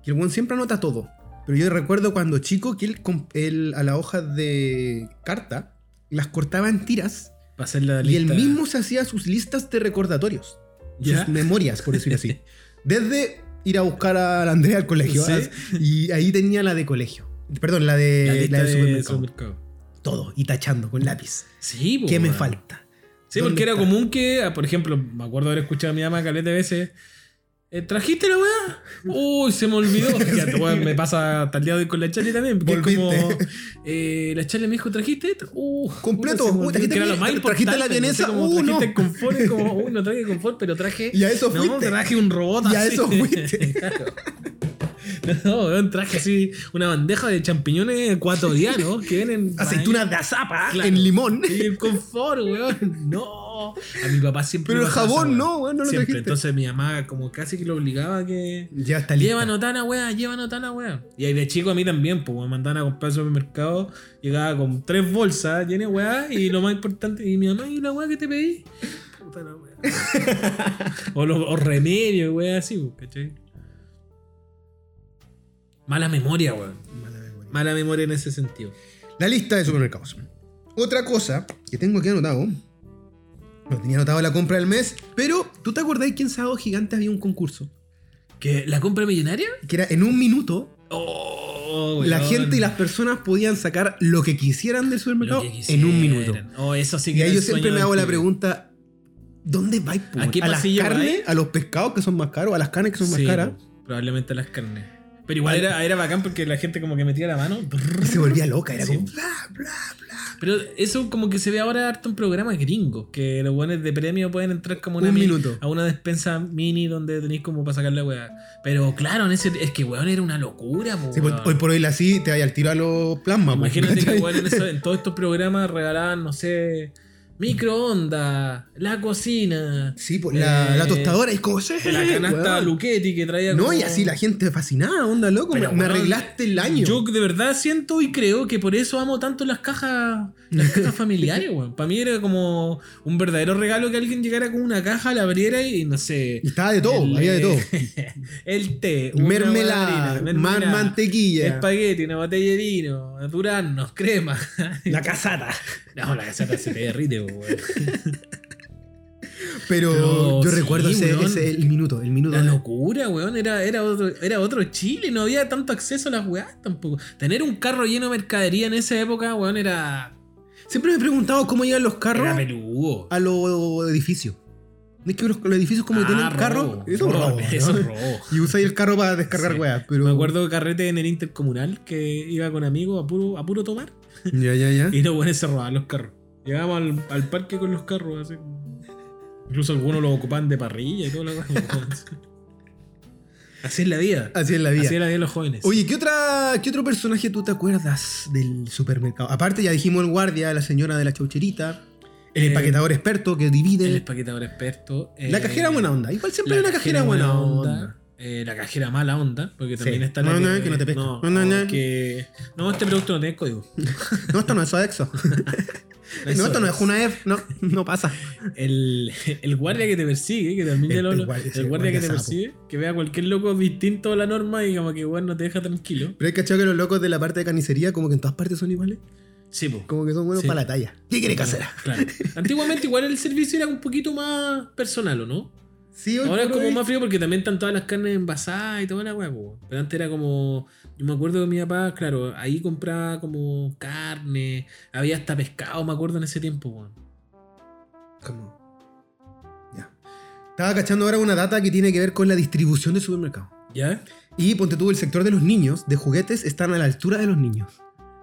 S2: que el buen siempre anota todo. Pero yo recuerdo cuando chico que él, comp- él a la hoja de carta las cortaba en tiras
S1: Para hacer la
S2: y él
S1: lista.
S2: mismo se hacía sus listas de recordatorios,
S1: ¿Ya?
S2: sus memorias, por decir así. Desde ir a buscar a la Andrea al colegio.
S1: Sí.
S2: as- Y ahí tenía la de colegio. Perdón, la de,
S1: La lista de
S2: la de
S1: este
S2: supermercado.
S1: supermercado.
S2: Todo, y tachando con lápiz.
S1: Sí, po,
S2: ¿Qué me
S1: weón.
S2: falta?
S1: Sí,
S2: ¿Dónde
S1: porque era
S2: está?
S1: común que, ah, por ejemplo, me acuerdo haber escuchado a mi mamá caleta de veces. "Eh, ¿Trajiste la weá? Uy, se me olvidó. Ya, te weón, me pasa hasta el día de hoy con la Charlie también. Porque es como.
S2: Volviste.
S1: eh, la Charlie me dijo, ¿trajiste esto? Uh,
S2: Completo.
S1: puta, se me
S2: Uy,
S1: olvidó",
S2: ¿trajiste
S1: que era lo
S2: mi-
S1: más
S2: trajiste
S1: importante,
S2: la vienesa?
S1: no sé, como,
S2: Uh, no.
S1: trajiste el confort. Es como, uy, no traje confort, pero traje.
S2: Y a eso
S1: No,
S2: fuiste.
S1: traje un robot
S2: Y a
S1: así.
S2: eso fuiste.
S1: Claro. No, weón, traje así una bandeja de champiñones ecuatorianos que vienen.
S2: Aceitunas de azapa
S1: Claro.
S2: en limón.
S1: Y el confort, weón. No. A mi papá siempre.
S2: Pero
S1: le
S2: el
S1: pasaba esa
S2: jabón
S1: weá.
S2: no, weón, no lo
S1: Siempre.
S2: trajiste.
S1: Entonces mi mamá, como casi que lo obligaba a que.
S2: Ya está lista.
S1: Lleva anotana, weá, lleva anotana, weá. Y ahí de chico a mí también, pues me mandaban a comprar al supermercado. Llegaba con tres bolsas llenas, de weá. Y lo más importante, y mi mamá, ¿y la weá que te pedí? Puta la weá. o los o remedios, weá, así, pues, ¿cachai? Mala memoria, weón.
S2: Mala memoria.
S1: Mala memoria en ese sentido.
S2: La lista de supermercados. Otra cosa que tengo aquí anotado. No tenía anotado la compra del mes, pero ¿tú te acordáis que en Sábado Gigante había un concurso?
S1: ¿Que ¿La compra millonaria?
S2: Que era en un minuto,
S1: Oh,
S2: la
S1: weón.
S2: gente y las personas podían sacar lo que quisieran del
S1: Lo
S2: supermercado
S1: que
S2: en un
S1: quisieran.
S2: minuto.
S1: Oh, eso sí que
S2: Y ahí
S1: era
S2: yo
S1: el
S2: siempre
S1: sueño
S2: me
S1: del
S2: hago la
S1: pibe.
S2: pregunta: ¿dónde vais? po?
S1: ¿A qué
S2: ¿A las
S1: pasillo
S2: carnes?
S1: vais?
S2: ¿A los pescados que son más caros? ¿A las carnes que son más
S1: Sí,
S2: caras?
S1: po, Probablemente las carnes. Pero igual era, era bacán porque la gente como que metía la mano.
S2: Y se volvía loca, era
S1: Sí.
S2: como. bla, bla, bla.
S1: Pero eso como que se ve ahora harto en programas gringos, que los buenos de premio pueden entrar como una
S2: Un
S1: mini-
S2: minuto.
S1: a una despensa mini donde tenéis como para sacar la weá. Pero claro, en ese, es que weón era una locura, po,
S2: Sí, pues,
S1: weón.
S2: hoy por hoy la sí te vaya al tiro a los plasmas. pues,
S1: Imagínate que
S2: ¿cachai?
S1: igual en, eso- en todos estos programas regalaban, no sé, microondas, la cocina,
S2: Sí, pues, la,
S1: Eh,
S2: la tostadora es como. "Sí,
S1: la canasta
S2: weón".
S1: Luchetti que traía.
S2: No,
S1: como-
S2: y así la gente fascinada, onda loco.
S1: Pero,
S2: me, me
S1: weón,
S2: arreglaste el año.
S1: Yo de verdad siento y creo que por eso amo tanto las cajas, las cajas familiares, weón. Para mí era como un verdadero regalo que alguien llegara con una caja, la abriera y no sé.
S2: Y estaba de todo,
S1: el,
S2: había de todo.
S1: El té, una
S2: Mermelada,
S1: margarina,
S2: man-
S1: mermelada,
S2: mantequilla,
S1: Espagueti, una botella de vino, duraznos, crema.
S2: la casata.
S1: No, la casata se te derrite, weón.
S2: Pero
S1: Pero
S2: yo
S1: sí,
S2: recuerdo ese,
S1: weón.
S2: ese- el minuto, el minuto.
S1: La locura, weón. Era, era, otro, era otro Chile. No había tanto acceso a las weas tampoco. Tener un carro lleno de mercadería en esa época, weón, era.
S2: Siempre me he preguntado cómo llegan los
S1: Era
S2: carros
S1: peludo.
S2: a los edificios. No es que los, los edificios como que tienen carro.
S1: Ah, robo,
S2: Eso
S1: robo,
S2: es robo, ¿no?
S1: Eso es robo.
S2: Y usáis el carro para descargar
S1: Sí.
S2: weas. Pero...
S1: Me acuerdo de carrete en el intercomunal que iba con amigos a puro, a puro tomar.
S2: Ya, ya, ya.
S1: Y los buenos se robaban los carros. Llegábamos al, al parque con los carros. Así. Incluso algunos los ocupaban de parrilla y todo lo demás. Así es la vida.
S2: Así es la vida.
S1: Así es la vida de los jóvenes.
S2: Oye, ¿qué, otra, ¿qué otro personaje tú te acuerdas del supermercado? Aparte, ya dijimos el guardia, la señora de la chaucherita, el
S1: Eh,
S2: empaquetador experto que
S1: El
S2: divide.
S1: empaquetador experto.
S2: la
S1: eh,
S2: cajera buena onda. Igual siempre
S1: la
S2: hay una cajera, buena onda.
S1: eh, la cajera mala onda, porque también está la
S2: No, no, que no te pesca.
S1: No,
S2: No, no, no.
S1: que- no, este producto no tiene código.
S2: No, esto no es Sodexo. no,
S1: Eso
S2: esto no es una F. No, no pasa.
S1: El, el guardia que te persigue, que también ya
S2: El-
S1: lo
S2: el
S1: hablo-
S2: guardia, sí,
S1: el
S2: el
S1: guardia que
S2: guardia
S1: te
S2: sapo.
S1: persigue, que vea a cualquier loco distinto a la norma y como que bueno, no te deja tranquilo.
S2: Pero hay cachado que los locos de la parte de carnicería, como que en todas partes son iguales.
S1: Sí, pues.
S2: Como que son buenos
S1: Sí.
S2: para la talla. ¿Qué quiere casera?
S1: Claro. Antiguamente igual el servicio era un poquito más personal, ¿o no?
S2: Sí, hoy
S1: Ahora es
S2: por
S1: como
S2: hoy-
S1: más frío porque también están todas las carnes envasadas y toda la hueá, po. Pero antes era como. Yo me acuerdo que mi papá, claro, ahí compraba como carne, había hasta pescado, me acuerdo en ese tiempo, weón.
S2: Como- Ya. Estaba cachando ahora una data que tiene que ver con la distribución del supermercado.
S1: ¿Ya?
S2: Y ponte tú, el sector de los niños, de juguetes, están a la altura de los niños.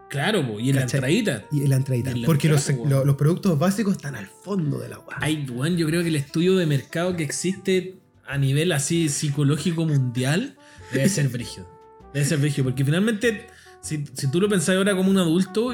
S1: Claro, po. Y en
S2: ¿Cachai?
S1: la entradita.
S2: Y en la entradita.
S1: Y en la
S2: porque los,
S1: entrada,
S2: lo-
S1: weón.
S2: los productos básicos están al fondo del agua.
S1: Ay, weón, yo creo que el estudio de mercado que existe a nivel así psicológico mundial debe ser brígido. Debe ser brígido, porque finalmente, si, si tú lo pensás ahora como un adulto,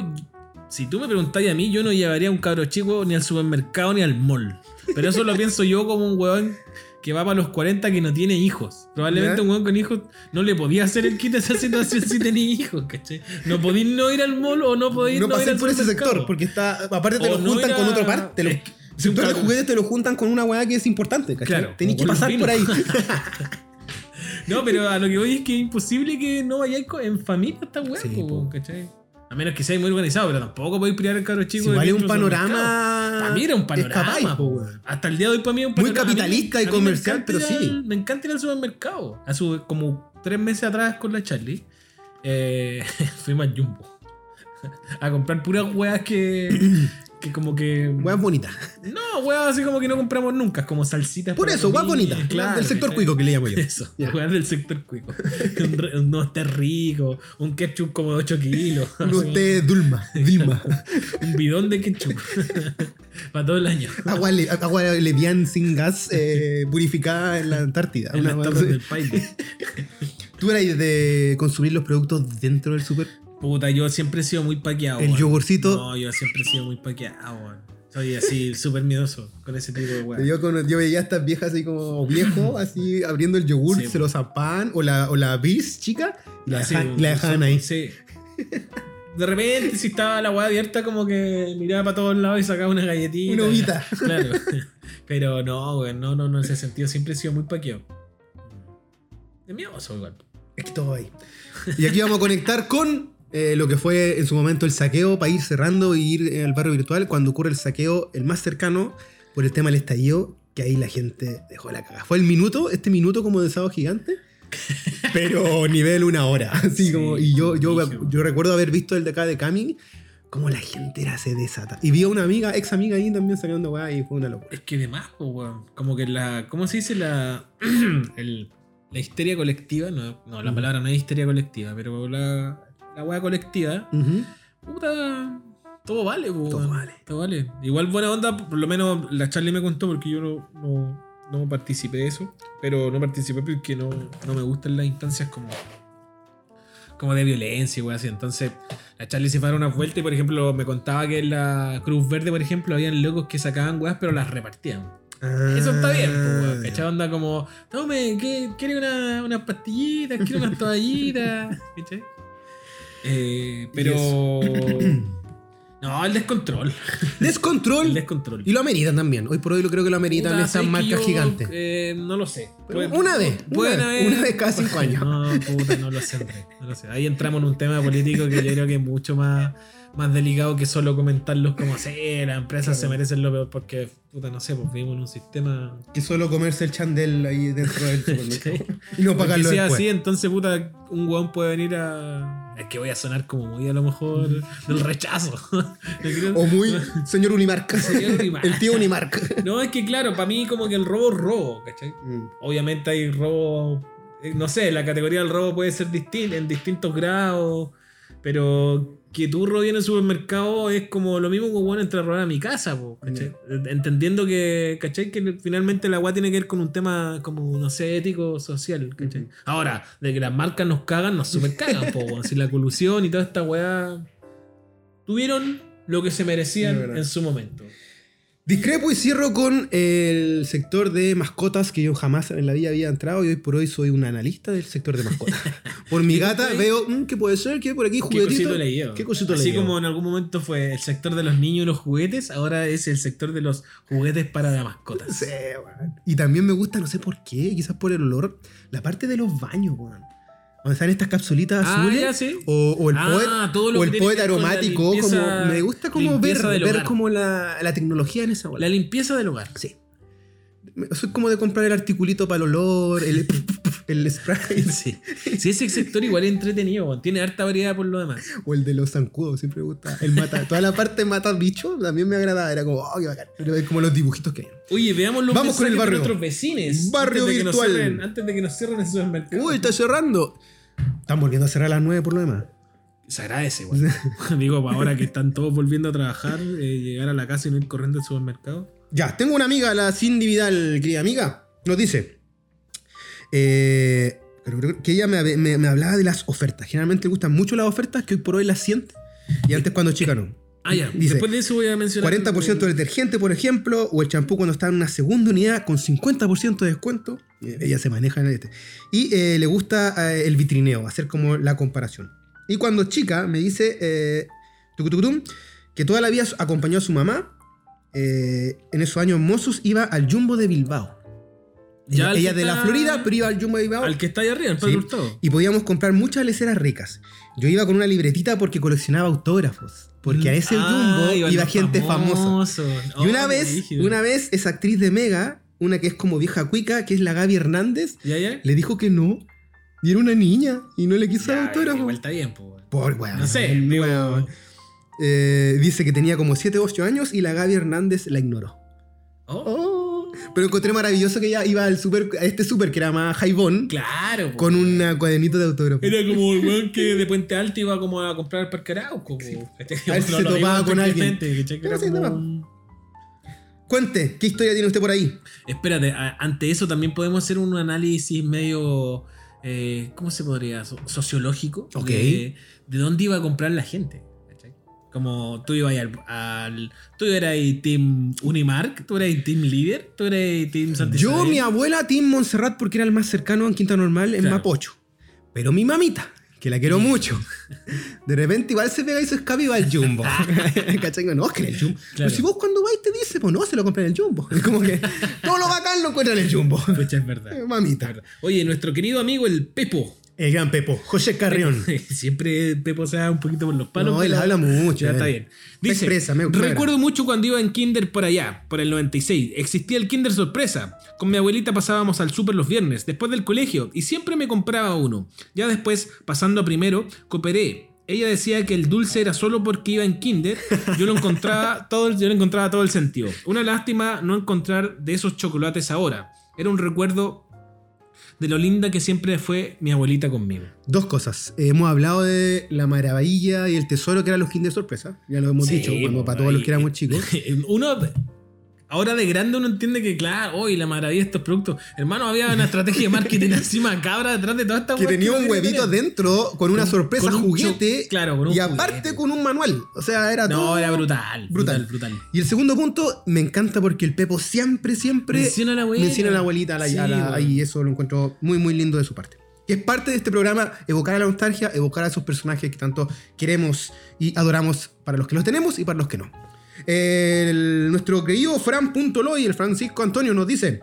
S1: si tú me preguntáis a mí, yo no llevaría a un cabro chico ni al supermercado ni al mall. Pero eso lo pienso yo como un weón que va para los 40 que no tiene hijos. Probablemente
S2: ¿Ya?
S1: un weón con hijos no le podía hacer el kit a esa situación si tenía hijos, ¿cachai? No podís no ir al mall o no podís
S2: no
S1: no, ir
S2: pasen
S1: al
S2: por ese
S1: supermercado.
S2: sector, porque está. Aparte te
S1: O
S2: lo
S1: no
S2: juntan
S1: ir
S2: con
S1: a-
S2: otra parte. Te lo-
S1: Es que-
S2: el sector de juguetes te lo juntan con una weá que es importante, ¿cachai?
S1: Claro,
S2: Tenés que
S1: como
S2: pasar
S1: con
S2: por ahí.
S1: los No, pero a lo que voy es que es imposible que no vayáis co- en familia a esta weá,
S2: Sí,
S1: po,
S2: po.
S1: ¿cachai? A menos que seáis muy organizados, pero tampoco podéis privar al cabro chico.
S2: Si
S1: de
S2: vale
S1: ir
S2: un
S1: al supermercado.
S2: panorama.
S1: Para mí era un panorama.
S2: escapáis, po,
S1: po.
S2: weón.
S1: Hasta el día de hoy para mí es un
S2: Muy
S1: panorama. A mí me-
S2: capitalista y
S1: a mí me
S2: comercial,
S1: encanta ir
S2: pero sí.
S1: al- me encanta ir al supermercado. Hace como tres meses atrás con la Charlie, eh, fuimos al Jumbo a comprar puras weas que, que como que...
S2: Weas bonitas.
S1: No, weas así como que no compramos nunca, como salsitas.
S2: Por
S1: para
S2: eso, weas
S1: comer,
S2: bonitas.
S1: claro,
S2: del sector
S1: ¿cachai?
S2: cuico que le llamo yo.
S1: Eso,
S2: Ya.
S1: jugar del sector cuico. un, re- un té rico, un ketchup como de 8 kilos.
S2: Un usted Dulma, Dilma.
S1: Un bidón de ketchup. Para todo el año.
S2: Agua, le- agua levián sin gas eh, purificada en la Antártida.
S1: En
S2: Una
S1: las
S2: weá
S1: tapas
S2: así.
S1: del país.
S2: ¿Tú eras de consumir los productos dentro del super?
S1: Puta, yo siempre he sido muy paqueado.
S2: El
S1: weón.
S2: yogurcito.
S1: No, yo siempre he sido muy paqueado. weón. Soy así súper miedoso con ese tipo de weón.
S2: Yo, con- yo veía a estas viejas así como viejo, así abriendo el yogur,
S1: Sí, Ah,
S2: se lo zapaban, o la, o la bis, chica, y la,
S1: Sí,
S2: dejaban-
S1: weón,
S2: la dejaban
S1: sí,
S2: ahí.
S1: Sí. De repente, si estaba la weá abierta, como que miraba para todos lados y sacaba una galletita.
S2: Una uvita.
S1: Claro. Pero no, weón, no, no, no, en ese sentido siempre he sido muy paqueo. De miedoso igual.
S2: Es que todo ahí. Y aquí vamos a conectar con eh, lo que fue en su momento el saqueo para ir cerrando y ir eh, al barrio virtual cuando ocurre el saqueo, el más cercano, por el tema del estallido, que ahí la gente dejó la caga. Fue el minuto, este minuto como de sábado gigante, pero nivel una hora. Así
S1: Sí,
S2: como, y yo, yo,
S1: brígido.
S2: yo recuerdo haber visto el de acá de Cami, como la gente era se desata. Y vi a una amiga, ex amiga ahí también sacando weá y fue una locura.
S1: Es que de más, po, weón. Como que la. ¿Cómo se dice la. el La histeria colectiva, no, no, la palabra no es histeria colectiva, pero la, la wea colectiva,
S2: Ujú.
S1: puta, todo vale, po,
S2: Todo
S1: weón.
S2: vale.
S1: Todo vale. Igual buena onda, por lo menos la Charlie me contó porque yo no, no, no participé de eso, pero no participé porque no, no me gustan las instancias como, como de violencia y weas así. Entonces, la Charlie se fue a dar una vuelta y, por ejemplo, me contaba que en la Cruz Verde, por ejemplo, habían locos que sacaban weas pero las repartían. Eso está bien, pues,
S2: Ah,
S1: weón, ¿cachai? Onda como, tome, ¿qué, ¿quiere una, unas pastillitas? ¿Quiere unas toallitas? ¿Cachai? Eh, pero. No, el descontrol. El
S2: Descontrol.
S1: descontrol.
S2: Y lo ameritan también. Hoy por hoy lo creo que lo
S1: Puta,
S2: ameritan esas
S1: ¿sabes que
S2: marcas
S1: yo,
S2: gigantes.
S1: eh, no lo sé.
S2: Pero
S1: Pueden-
S2: una vez, una
S1: pueden
S2: vez,
S1: haber-
S2: una vez cada cinco años.
S1: No, puta, no lo sé, Andrés, no lo sé. Ahí entramos en un tema político que yo creo que es mucho más, más delicado que solo comentarlos como se las empresas se merecen lo peor porque, puta, no sé, pues vivimos en un sistema
S2: Que solo comerse el chandel ahí dentro del supermercado. y no
S1: Porque
S2: pagarlo
S1: si es
S2: después.
S1: así, entonces, puta, un weón puede venir a. Es que voy a sonar como muy a lo mejor del rechazo. ¿No crees?
S2: Mm. O muy señor Unimarca.
S1: Señor Unimarca.
S2: el tío Unimarca.
S1: No, es que claro, para mí como que el robo es robo, ¿cachai?
S2: Mm.
S1: Obviamente hay robo. eh, No sé, la categoría del robo puede ser distinta, en distintos grados. Pero que tú robes en el supermercado es como lo mismo que un weón entra a robar a mi casa, po, ¿cachai? Entendiendo que, ¿cachai? Que finalmente la weá tiene que ver con un tema como, no sé, ético, social, ¿cachai?
S2: Ujú.
S1: Ahora, de que las marcas nos cagan, nos super cagan, po, weón. Si la colusión y toda esta weá tuvieron lo que se
S2: De
S1: merecían
S2: verdad.
S1: en su momento.
S2: Discrepo y cierro con el sector de mascotas que yo jamás en la vida había entrado y hoy por hoy soy un analista del sector de mascotas. Por mi gata veo, mm, ¿qué puede ser? ¿Qué hay por aquí?
S1: ¿Qué
S2: ¿Juguetito?
S1: cosito le llevo?
S2: ¿Qué cosito le
S1: Así
S2: llevo?
S1: como en algún momento fue el sector de los niños y los juguetes, ahora es el sector de los juguetes para las mascotas.
S2: Sí, weón. Y también me gusta, no sé por qué, quizás por el olor, la parte de los baños, weón. Donde están estas capsulitas
S1: Ah,
S2: azules.
S1: ya, sí.
S2: O, o el
S1: Ah,
S2: poet,
S1: todo lo
S2: o
S1: que
S2: el
S1: tiene
S2: poet
S1: que ver con la
S2: aromático.
S1: limpieza-
S2: como, me gusta como ver,
S1: limpieza del
S2: ver
S1: hogar.
S2: como la, la tecnología en esa
S1: La
S2: weón.
S1: limpieza del hogar.
S2: Sí. Me- Soy como de comprar el articulito para el olor, el, el spray
S1: Sí. Sí, ese sector igual es entretenido, weón. tiene harta variedad por lo demás.
S2: o el de los zancudos, siempre me gusta. El mata, toda la parte mata bicho también me agradaba, era como, oh, qué bacán. Era como los dibujitos que hay.
S1: Oye, veamos los
S2: Vamos con
S1: mensajes
S2: el
S1: de
S2: barrio.
S1: nuestros vecinos.
S2: Barrio
S1: antes de que nos
S2: virtual.
S1: cierren- antes de que nos cierren el supermercado.
S2: Uy, está cerrando. Están volviendo a cerrar a las 9 por lo demás.
S1: Se agradece, weón. Digo, para ahora que están todos volviendo a trabajar, eh, llegar a la casa y no ir corriendo al supermercado.
S2: Ya, tengo una amiga, la Cindy Vidal, querida amiga, nos dice eh, creo- creo que ella me, hab- me- me hablaba de las ofertas. Generalmente le gustan mucho las ofertas, que hoy por hoy las siente. Y antes cuando chica no.
S1: Ah, ya.
S2: Dice,
S1: Después de eso voy a mencionar.
S2: 40% del detergente, por ejemplo, o el champú cuando está en una segunda unidad con 50% de descuento. Eh, Ella se maneja en este. Y eh, le gusta eh, el vitrineo, hacer como la comparación. Y cuando chica me dice eh, tucutucutum, que toda la vida acompañó a su mamá. eh, en esos años mozos iba al Jumbo de Bilbao.
S1: Ya
S2: ella
S1: al
S2: ella
S1: que
S2: de la
S1: está-
S2: Florida, pero iba al Jumbo de Bilbao.
S1: Al que está ahí arriba, el Padre
S2: Sí.
S1: Hurtado.
S2: Y podíamos comprar muchas leceras ricas. Yo iba con una libretita porque coleccionaba autógrafos. Porque a ese
S1: Ah,
S2: Jumbo
S1: iban
S2: iba
S1: los
S2: gente famosa.
S1: famosos.
S2: Y una
S1: Oh,
S2: vez,
S1: brígido.
S2: una vez, esa actriz de Mega, una que es como vieja cuica, que es la Gaby Hernández,
S1: ¿Ya, ya?
S2: le dijo que no. Y era una niña y no le quiso
S1: Ya,
S2: dar autógrafo.
S1: Ah, Igual está bien, pues. weón.
S2: Por weón,
S1: No sé,
S2: weón.
S1: digo-
S2: Eh, dice que tenía como 7 o 8 años y la Gaby Hernández la ignoró.
S1: Oh,
S2: Oh. Pero encontré maravilloso que ella iba al super, a este super que era más jaibón,
S1: claro. po.
S2: con un cuadernito de autógrafo.
S1: Era como el weón que de Puente Alto iba como a comprar el Parque Arauco. po. ¿Cachai?
S2: A ver si
S1: No
S2: se
S1: lo
S2: topaba
S1: vimos
S2: con alguien.
S1: tranquilamente, ¿cachai? Que
S2: Pero
S1: era
S2: sí,
S1: como
S2: topaba.
S1: un-
S2: Cuente, ¿qué historia tiene usted por ahí?
S1: Espérate, a- ante eso también podemos hacer un análisis medio. eh, ¿Cómo se podría? So- Sociológico.
S2: Ok.
S1: De, de dónde iba a comprar la gente. ¿cachai? Como tú ibas al, al- Tú eras Team Unimark, tú eras Team Líder, tú eras Team Santa
S2: Yo,
S1: Isabel.
S2: mi abuela, Tim Montserrat, porque era el más cercano en Quinta Normal, en
S1: Claro.
S2: Mapocho. Pero mi mamita, que la quiero mucho, de repente igual se pega y se escapa y va al Jumbo. ¿Cachai? No, es que en el Jumbo. Pero
S1: Claro.
S2: si vos cuando vais te dices, pues no, se lo compré en el Jumbo. Es como que todo lo bacán lo encuentra en el Jumbo.
S1: Pucha, es verdad.
S2: Eh, Mamita.
S1: Oye, nuestro querido amigo el Pepo.
S2: El gran Pepo, José Carrión.
S1: Siempre Pepo se da un poquito por los palos.
S2: No, él
S1: pero
S2: habla mucho,
S1: Ya
S2: él.
S1: está bien.
S2: Me
S1: Dice,
S2: expresa, me- me
S1: recuerdo mucho cuando iba en kinder por allá, por el 96. Existía el kinder sorpresa. Con mi abuelita pasábamos al súper los viernes, después del colegio, y siempre me compraba uno. Ya después, pasando a primero, cooperé. Ella decía que el dulce era solo porque iba en kinder. Yo lo encontraba todo, el- yo lo encontraba todo el sentido. Una lástima no encontrar de esos chocolates ahora. Era un recuerdo de lo linda que siempre fue mi abuelita conmigo.
S2: Dos cosas. Eh, Hemos hablado de la maravilla y el tesoro que eran los Kinder Sorpresa. Ya lo hemos
S1: Sí, pues,
S2: dicho, cuando
S1: po,
S2: para todos los
S1: y-
S2: que éramos chicos.
S1: Uno, ahora de grande uno entiende que, claro, hoy la maravilla de estos productos. Hermano, había una estrategia de marketing encima cabra detrás de toda esta
S2: Que
S1: weá
S2: tenía
S1: no
S2: un
S1: quería
S2: huevito
S1: tener.
S2: adentro con una
S1: Con-
S2: sorpresa
S1: con un
S2: juguete.
S1: cho- claro, con un
S2: y aparte
S1: juguete.
S2: con un manual. O sea, era
S1: No,
S2: todo.
S1: era brutal. Brutal, brutal.
S2: Y el segundo punto, me encanta porque el Pepo siempre, siempre
S1: Menciona a la abuela.
S2: menciona a la abuelita. a la-
S1: Sí,
S2: a la-
S1: weón.
S2: y eso lo encuentro muy, muy lindo de su parte. Que es parte de este programa, evocar a la nostalgia, evocar a esos personajes que tanto queremos y adoramos para los que los tenemos y para los que no. El- nuestro querido Fran.loy, el Francisco Antonio, nos dice...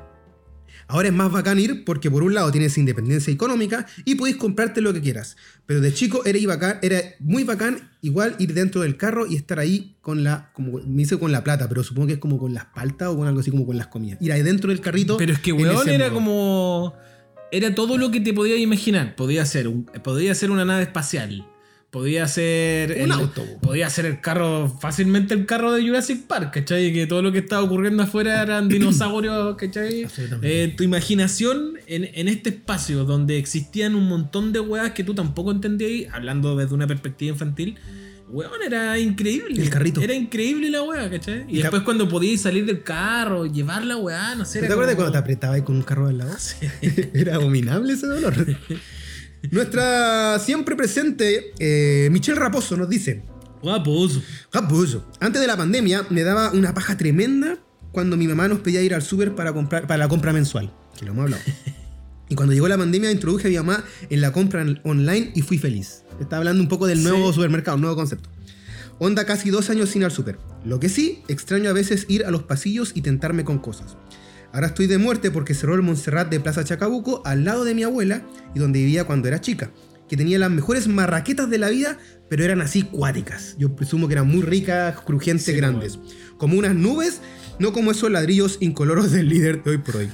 S2: Ahora es más bacán ir porque por un lado tienes independencia económica y podéis comprarte lo que quieras. Pero de chico era, y bacán- era muy bacán igual ir dentro del carro y estar ahí con la, como me dice con la plata, pero supongo que es como con las paltas o con algo así como con las comidas. Ir ahí dentro del carrito.
S1: Pero es que,
S2: en
S1: weón,
S2: ese
S1: era
S2: modo.
S1: como. Era todo lo que te podías imaginar. Podía ser, un, podía ser una nave espacial. Podía ser.
S2: Un
S1: el-
S2: auto, po.
S1: Podía ser el carro, fácilmente el carro de Jurassic Park, ¿cachai? Que todo lo que estaba ocurriendo afuera eran dinosaurios, ¿cachai?
S2: Absolutamente.
S1: Eh, tu imaginación en, en este espacio donde existían un montón de weas que tú tampoco entendías, hablando desde una perspectiva infantil. Weón, era increíble.
S2: El carrito.
S1: Era increíble la wea, ¿cachai? Y,
S2: Y ca-
S1: después cuando podías salir del carro, llevar la weá, no sé.
S2: ¿Te
S1: era
S2: acuerdas
S1: como-
S2: cuando te apretabas con un carro al lado?
S1: Sí.
S2: Era abominable ese dolor. Nuestra siempre presente eh, Michelle Raposo nos dice:
S1: Guaposo.
S2: Raposo, pues antes de la pandemia me daba una paja tremenda cuando mi mamá nos pedía ir al súper para, comprar- para la compra mensual, que lo hemos hablado. Y cuando llegó la pandemia introduje a mi mamá en la compra en- online y fui feliz. Está hablando un poco del nuevo
S1: Sí.
S2: supermercado, nuevo concepto. Onda casi dos años sin ir al súper. Lo que sí, extraño a veces ir a los pasillos y tentarme con cosas. Ahora estoy de muerte porque cerró el Montserrat de Plaza Chacabuco al lado de mi abuela y donde vivía cuando era chica, que tenía las mejores marraquetas de la vida, pero eran así cuáticas. Yo presumo que eran muy ricas, crujientes,
S1: Sí,
S2: grandes. Como unas nubes, no como esos ladrillos incoloros del líder de hoy por hoy.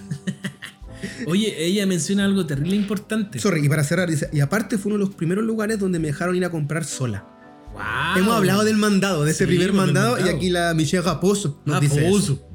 S1: Oye, ella menciona algo terrible importante.
S2: Sorry, y para cerrar, dice, y aparte fue uno de los primeros lugares donde me dejaron ir a comprar sola.
S1: Guau.
S2: Hemos hablado del mandado, de ese
S1: Ah, Sí,
S2: primer
S1: pues, del
S2: mandado, y
S1: mandado.
S2: aquí la Michelle Raposo nos dice. eso.
S1: Raposo.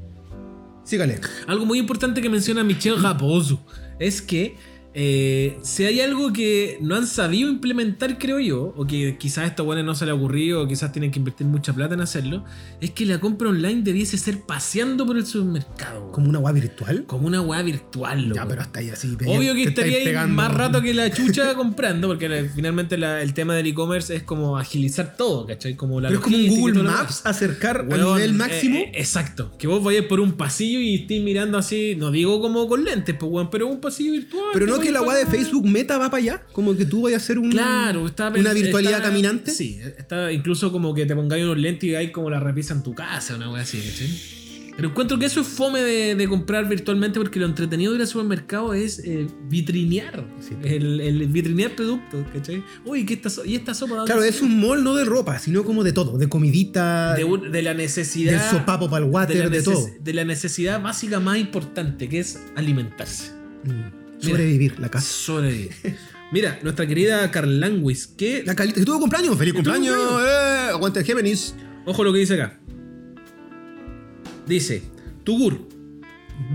S2: Sígale.
S1: Algo muy importante que menciona Michelle Raposo es que eh, si hay algo que no han sabido implementar, creo yo, o que quizás a estos buenos no se le ha ocurrido, o quizás tienen que invertir mucha plata en hacerlo, es que la compra online debiese ser paseando por el supermercado.
S2: Como una weá virtual.
S1: Como una weá virtual,
S2: Ya,
S1: loco.
S2: pero hasta ahí así.
S1: Obvio
S2: te
S1: que
S2: estáis
S1: estaría ahí
S2: pegando.
S1: más rato que la chucha comprando, porque la- finalmente la- el tema del e-commerce es como agilizar todo, ¿cachai? Como la
S2: Pero es como un
S1: logística y
S2: Google
S1: todo lo demás.
S2: Maps acercar
S1: Weón,
S2: a nivel
S1: eh,
S2: máximo.
S1: eh, exacto. Que vos vayas por un pasillo y estés mirando así, no digo como con lentes, pues weón, pero un pasillo virtual.
S2: pero no
S1: te
S2: que la
S1: vayas
S2: weá de
S1: para-
S2: Facebook Meta va para allá. Como que tú vayas a hacer un,
S1: Claro, está
S2: una virtualidad
S1: está-
S2: caminante.
S1: Sí, está incluso como que te pongáis unos lentes y hay como la repisa en tu casa, una weá así, ¿cachai? Pero encuentro que eso es fome de, de comprar virtualmente porque lo entretenido de ir al supermercado es eh, vitrinear.
S2: Sí.
S1: el, el vitrinear productos, ¿cachai? Uy, ¿qué esta so- ¿y esta sopa? de dónde
S2: Claro,
S1: sale?
S2: es un mall no de ropa, sino como de todo. De comidita,
S1: de, un- de la necesidad.
S2: del sopapo para el
S1: de la,
S2: water, de,
S1: neces-
S2: todo.
S1: de la necesidad básica más importante, que es alimentarse.
S2: Mm. Sobrevivir la casa.
S1: Sobrevivir. Mira, nuestra querida Carl Languis, que...
S2: La Carlita, que tuvo cumpleaños, feliz
S1: Que tuvo
S2: cumpleaños.
S1: cumpleaños.
S2: Eh, aguante el Géminis.
S1: Ojo lo que dice acá. Dice, Tugur.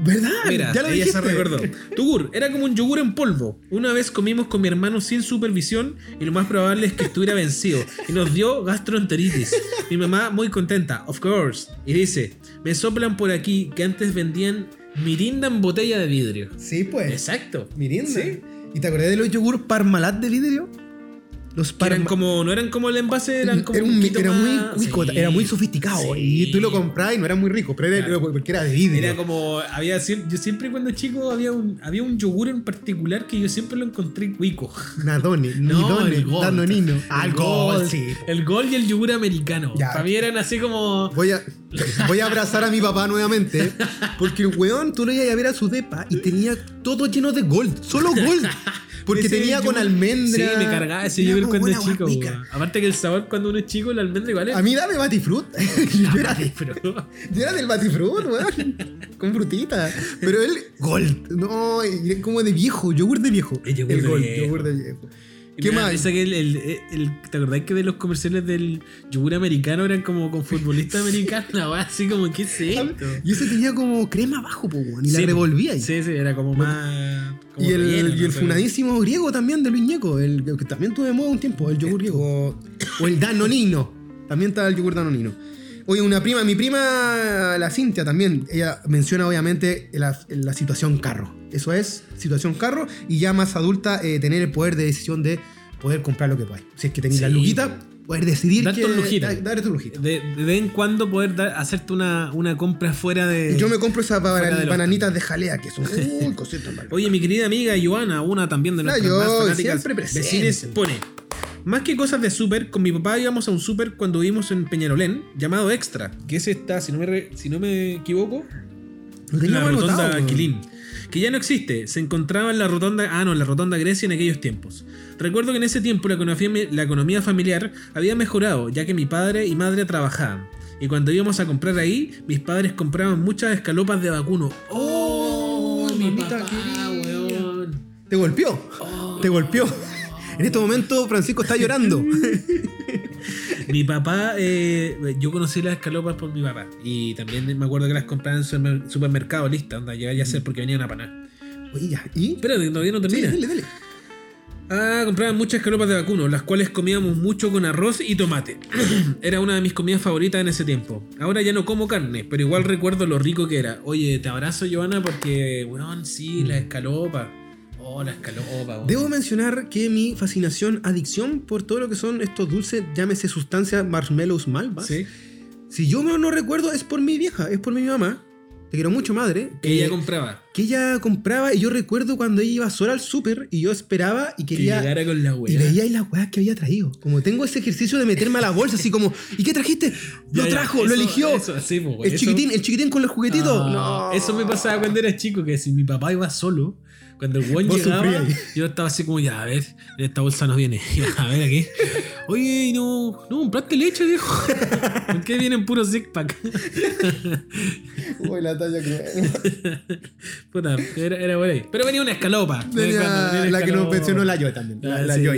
S2: ¿Verdad?
S1: Mira,
S2: Ah, ya lo
S1: ella
S2: dijiste.
S1: se recordó. Tugur, era como un yogur en polvo. Una vez comimos con mi hermano sin supervisión y lo más probable es que estuviera vencido. Y nos dio gastroenteritis. Mi mamá muy contenta, of course. Y dice, me soplan por aquí que antes vendían mirinda en botella de vidrio.
S2: Sí, pues.
S1: Exacto.
S2: Mirinda.
S1: Sí.
S2: ¿eh? ¿Y te acordás de los yogur parmalat de vidrio? Los
S1: Que eran
S2: Parma-
S1: como, no eran como el envase, eran como
S2: era,
S1: un
S2: un-
S1: poquito
S2: era muy
S1: más-
S2: cuicota,
S1: Sí.
S2: era muy sofisticado.
S1: Sí.
S2: Y tú lo comprabas y no era muy rico, pero era,
S1: Claro.
S2: porque era de vidrio.
S1: Era como, había, sie- yo siempre cuando chico había un, había un yogur en particular que yo siempre lo encontré cuico.
S2: Nadone, Nidone, Danonino.
S1: El
S2: Algo,
S1: gol,
S2: sí.
S1: El gol y el yogur americano.
S2: Ya.
S1: Para mí eran así como...
S2: Voy a, voy a abrazar a mi papá nuevamente. Porque el weón, tú lo ibas a ver a su depa y tenía todo lleno de gold. Solo gold. Porque
S1: ese
S2: tenía con
S1: yogur-
S2: almendra.
S1: Sí, me cargaba ese
S2: Era
S1: yogur
S2: como
S1: cuando
S2: una
S1: chico.
S2: guapica.
S1: weón. Aparte que el sabor cuando uno es chico, la almendra igual es...
S2: A mí dame batifrut. Yo era-
S1: pero-
S2: Yo era del batifrut, weón. Con frutita. Pero él, gold. No, y era como de viejo, yogur de viejo.
S1: El yogur de viejo.
S2: yogur de viejo. ¿Qué
S1: Me da
S2: más?
S1: risa que el- el- el- ¿Te acordás que de los comerciales del yogur americano eran como con futbolista americano? Una wea así como, ¿qué es esto?
S2: Y ese tenía como crema abajo, po, weón, y la
S1: Sí,
S2: revolvía ahí.
S1: Sí, sí, era como más. como
S2: y el,
S1: relleno,
S2: y el
S1: no sé.
S2: funadísimo griego también de Luis Ñeco, el que también tuve de moda un tiempo, el yogur griego. O el danonino. También está el yogur danonino. Oye, una prima, mi prima, la Cintia también, ella menciona obviamente la, la situación carro. Eso es, situación carro, y ya más adulta, eh, tener el poder de decisión de poder comprar lo que puedas. Si es que tenéis la
S1: Sí.
S2: luquita, poder decidir.
S1: Dar
S2: que-
S1: tus lujitas.
S2: da- dar tus lujitas.
S1: De, de vez en cuando poder dar- hacerte una, una compra fuera de.
S2: Yo me compro esas
S1: Fuera de
S2: banan-
S1: los-
S2: bananitas de jalea que son. Uy, cositas malas.
S1: Oye, mi querida amiga Joana, una también de
S2: La
S1: nuestras más
S2: Joy,
S1: fanáticas
S2: siempre presente.
S1: vecines, pone. Más que cosas de súper, con mi papá íbamos a un súper cuando vivimos en Peñarolén, llamado Extra, que es esta, si no me, re- si no me equivoco,
S2: Lo tenía
S1: la
S2: mal
S1: rotonda
S2: anotado, weón.
S1: Quilín, que ya no existe. Se encontraba en la rotonda, ah no, en la rotonda Grecia en aquellos tiempos. Recuerdo que en ese tiempo la economía, la economía familiar había mejorado, ya que mi padre y madre trabajaban. Y cuando íbamos a comprar ahí, mis padres compraban muchas escalopas de vacuno. ¡Oh,
S2: Oh,
S1: mi
S2: mamita
S1: papá,
S2: querida.
S1: weón!
S2: Te golpeó. Te golpeó.
S1: Oh.
S2: En este momento Francisco está llorando.
S1: Mi papá, eh, yo conocí las escalopas por mi papá. Y también me acuerdo que las compraban en supermer- supermercado, lista, donde llegar ya a ser porque venían a panar.
S2: Oye, ya. ¿Y?
S1: Espérate, todavía no
S2: Mm. Sí,
S1: termina.
S2: dale, dale.
S1: Ah, compraban muchas escalopas de vacuno, las cuales comíamos mucho con arroz y tomate. era una de mis comidas favoritas en ese tiempo. Ahora ya no como carne, pero igual recuerdo lo rico que era. Oye, te abrazo, Joana, porque, weón,
S2: Mm.
S1: sí, la escalopa. Oh, la escalopa, weón.
S2: Debo mencionar que mi fascinación, adicción por todo lo que son estos dulces, llámese sustancias marshmallows malvas.
S1: Sí.
S2: Si yo no, no recuerdo, es por mi vieja, es por mi mamá. Te quiero mucho, madre.
S1: Que ella
S2: eh,
S1: compraba.
S2: que ella compraba y yo recuerdo cuando ella iba sola al súper y yo esperaba y
S1: Que
S2: quería...
S1: llegara con la
S2: Y
S1: weá.
S2: veía ahí las weas que había traído. Como tengo ese ejercicio de meterme a la bolsa, así como, ¿y qué trajiste?
S1: Ya,
S2: Lo
S1: ya,
S2: trajo,
S1: eso-
S2: lo eligió.
S1: eso, sí, po, weón,
S2: el
S1: eso-
S2: chiquitín, el chiquitín con los juguetitos.
S1: Ah,
S2: no.
S1: Eso me pasaba cuando era chico, que si mi papá iba solo, cuando el weón
S2: Vos
S1: llegaba,
S2: sufrías.
S1: yo estaba así como, ya, a ver, en esta bolsa nos viene. A ver aquí. Oye, ¿y no, no compraste leche, viejo. ¿Por qué vienen puros zig pack?
S2: Uy, la talla cruel.
S1: Puta, era, era por ahí. Pero venía una escalopa. De vez en cuando venía
S2: Venía
S1: una
S2: la que nos
S1: escalopa.
S2: mencionó la Joy también. La,
S1: Ah,
S2: la
S1: sí.
S2: Joy.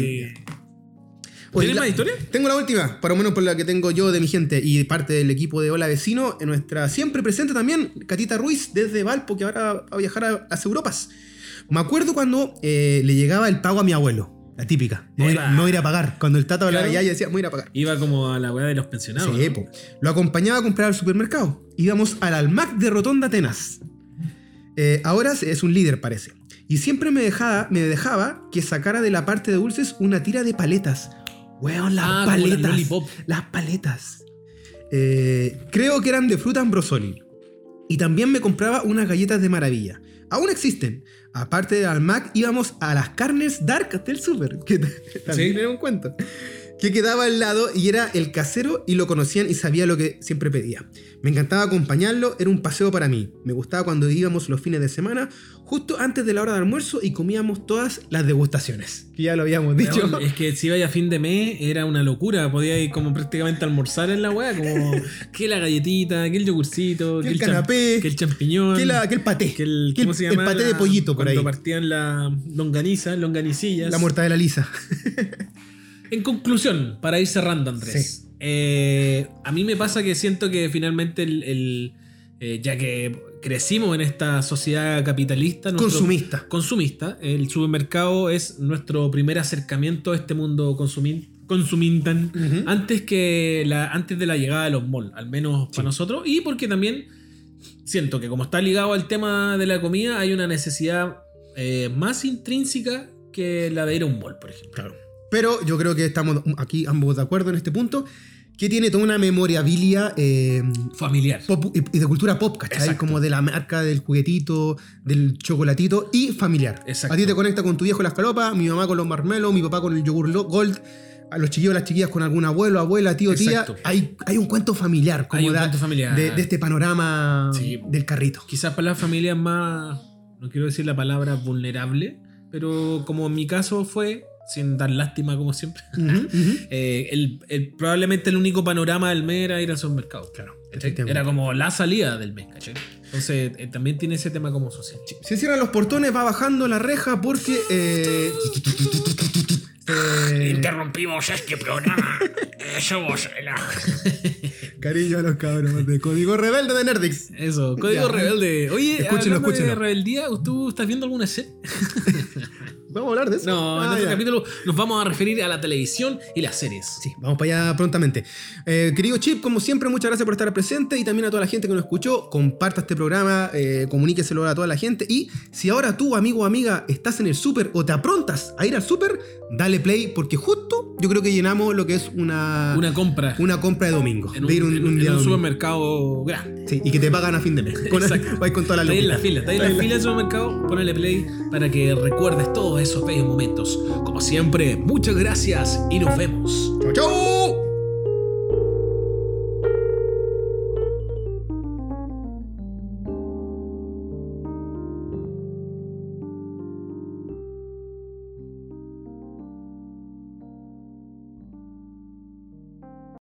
S2: Oye,
S1: ¿Tienes
S2: la-
S1: más historia?
S2: Tengo la última, por lo menos por la que tengo yo de mi gente y parte del equipo de Hola Vecino, en nuestra siempre presente también, Catita Ruiz, desde Valpo, que ahora va a viajar a las Europas. Me acuerdo cuando eh, le llegaba el pago a mi abuelo, la típica. No
S1: Eva.
S2: era, no ir a pagar. Cuando el tata hablaba
S1: Claro.
S2: ya y decía, voy a ir a pagar.
S1: Iba como a la weá de los pensionados.
S2: Sí,
S1: ¿no?
S2: po. Lo acompañaba a comprar al supermercado. Íbamos al Almac de Rotonda Atenas. Eh, ahora es un líder, parece. Y siempre me dejaba, me dejaba que sacara de la parte de dulces una tira de paletas. Weón, las
S1: Ah, como las
S2: paletas.
S1: lollipop.
S2: las paletas. Eh, creo que eran de fruta ambrosoli. Y también me compraba unas galletas de maravilla. Aún existen. Aparte del Almac, íbamos a las carnes dark del super. Que también
S1: Sí.
S2: era un cuento que quedaba al lado y era el casero y lo conocían y sabía lo que siempre pedía. Me encantaba acompañarlo, era un paseo para mí. Me gustaba cuando íbamos los fines de semana, justo antes de la hora de almuerzo y comíamos todas las degustaciones, que ya lo habíamos dicho.
S1: Weón, Es que si iba a fin de mes era una locura. Podía ir como prácticamente a almorzar en la weá. Como que la galletita, que el yogurcito,
S2: Que
S1: que,
S2: el
S1: champ-
S2: canapé,
S1: que el champiñón.
S2: Que, la, que el paté,
S1: que el,
S2: que el-
S1: ¿cómo se
S2: el
S1: llama?
S2: paté
S1: La-
S2: de pollito por ahí,
S1: cuando partían la longaniza, longanicillas.
S2: la mortadela lisa.
S1: En conclusión, para ir cerrando, Andrés. eh, a mí me pasa que siento que finalmente el. el, eh, ya que crecimos en esta sociedad capitalista. nuestro-
S2: Consumista.
S1: consumista. El supermercado es nuestro primer acercamiento a este mundo consumin consumintan
S2: Ujú.
S1: antes que la antes de la llegada de los malls, al menos para nosotros y porque también siento que como está ligado al tema de la comida hay una necesidad eh, más intrínseca que la de ir a un mall, por ejemplo.
S2: Claro. Pero yo creo que estamos aquí ambos de acuerdo en este punto, que tiene toda una memorabilia eh,
S1: Familiar.
S2: pop- y y de cultura pop, ¿cachai?
S1: Exacto.
S2: Como de la marca del juguetito, del chocolatito y familiar.
S1: Exacto.
S2: A ti te conecta con tu viejo las calopas, mi mamá con los marmelos, mi papá con el yogur lo- gold, a los chiquillos las chiquillas con algún abuelo, abuela, tío,
S1: Exacto.
S2: tía. Hay, hay un cuento familiar, como
S1: Hay un
S2: de,
S1: cuento familiar.
S2: de- de este panorama
S1: Sí.
S2: del carrito.
S1: Quizás para las familias más, no quiero decir la palabra vulnerable, pero como en mi caso fue, sin dar lástima como siempre,
S2: Ujú, ujú.
S1: eh, el, el- probablemente el único panorama del mes era ir al supermercado. Claro.
S2: efectivamente.
S1: Era como la salida del mes, ¿cachai? Entonces eh, también tiene ese tema como social.
S2: Se cierran los portones, va bajando la reja porque eh, Eh,
S1: Interrumpimos este programa. Eh, Somos la...
S2: cariño a los cabrones de Código Rebelde de Nerdix.
S1: Eso, código
S2: Ya.
S1: rebelde. Oye,
S2: Escúchenlo,
S1: hablando de
S2: escúchenlo.
S1: rebeldía, ¿tú estás viendo alguna serie?
S2: ¿Vamos a hablar de eso?
S1: No,
S2: Ah,
S1: en otro
S2: ya.
S1: capítulo nos vamos a referir a la televisión y las series.
S2: Sí, vamos para allá prontamente. Eh, querido Chip, como siempre, muchas gracias por estar presente y también a toda la gente que nos escuchó. Comparta este programa, eh, comuníqueselo a toda la gente. Y si ahora tú, amigo o amiga, estás en el súper o te aprontas a ir al súper, dale play porque justo yo creo que llenamos lo que es una, una,
S1: Una compra
S2: compra de domingo.
S1: en un,
S2: de ir un,
S1: en-
S2: un
S1: en
S2: día
S1: un
S2: domingo.
S1: supermercado grande.
S2: Sí, y que te pagan a fin de mes. Con,
S1: Exacto.
S2: vais con toda la
S1: Está ahí en la
S2: luz.
S1: fila, está ahí en la fila del supermercado, ponele play para que recuerdes todos esos bellos momentos. Como siempre, muchas gracias y nos vemos.
S2: ¡Chau!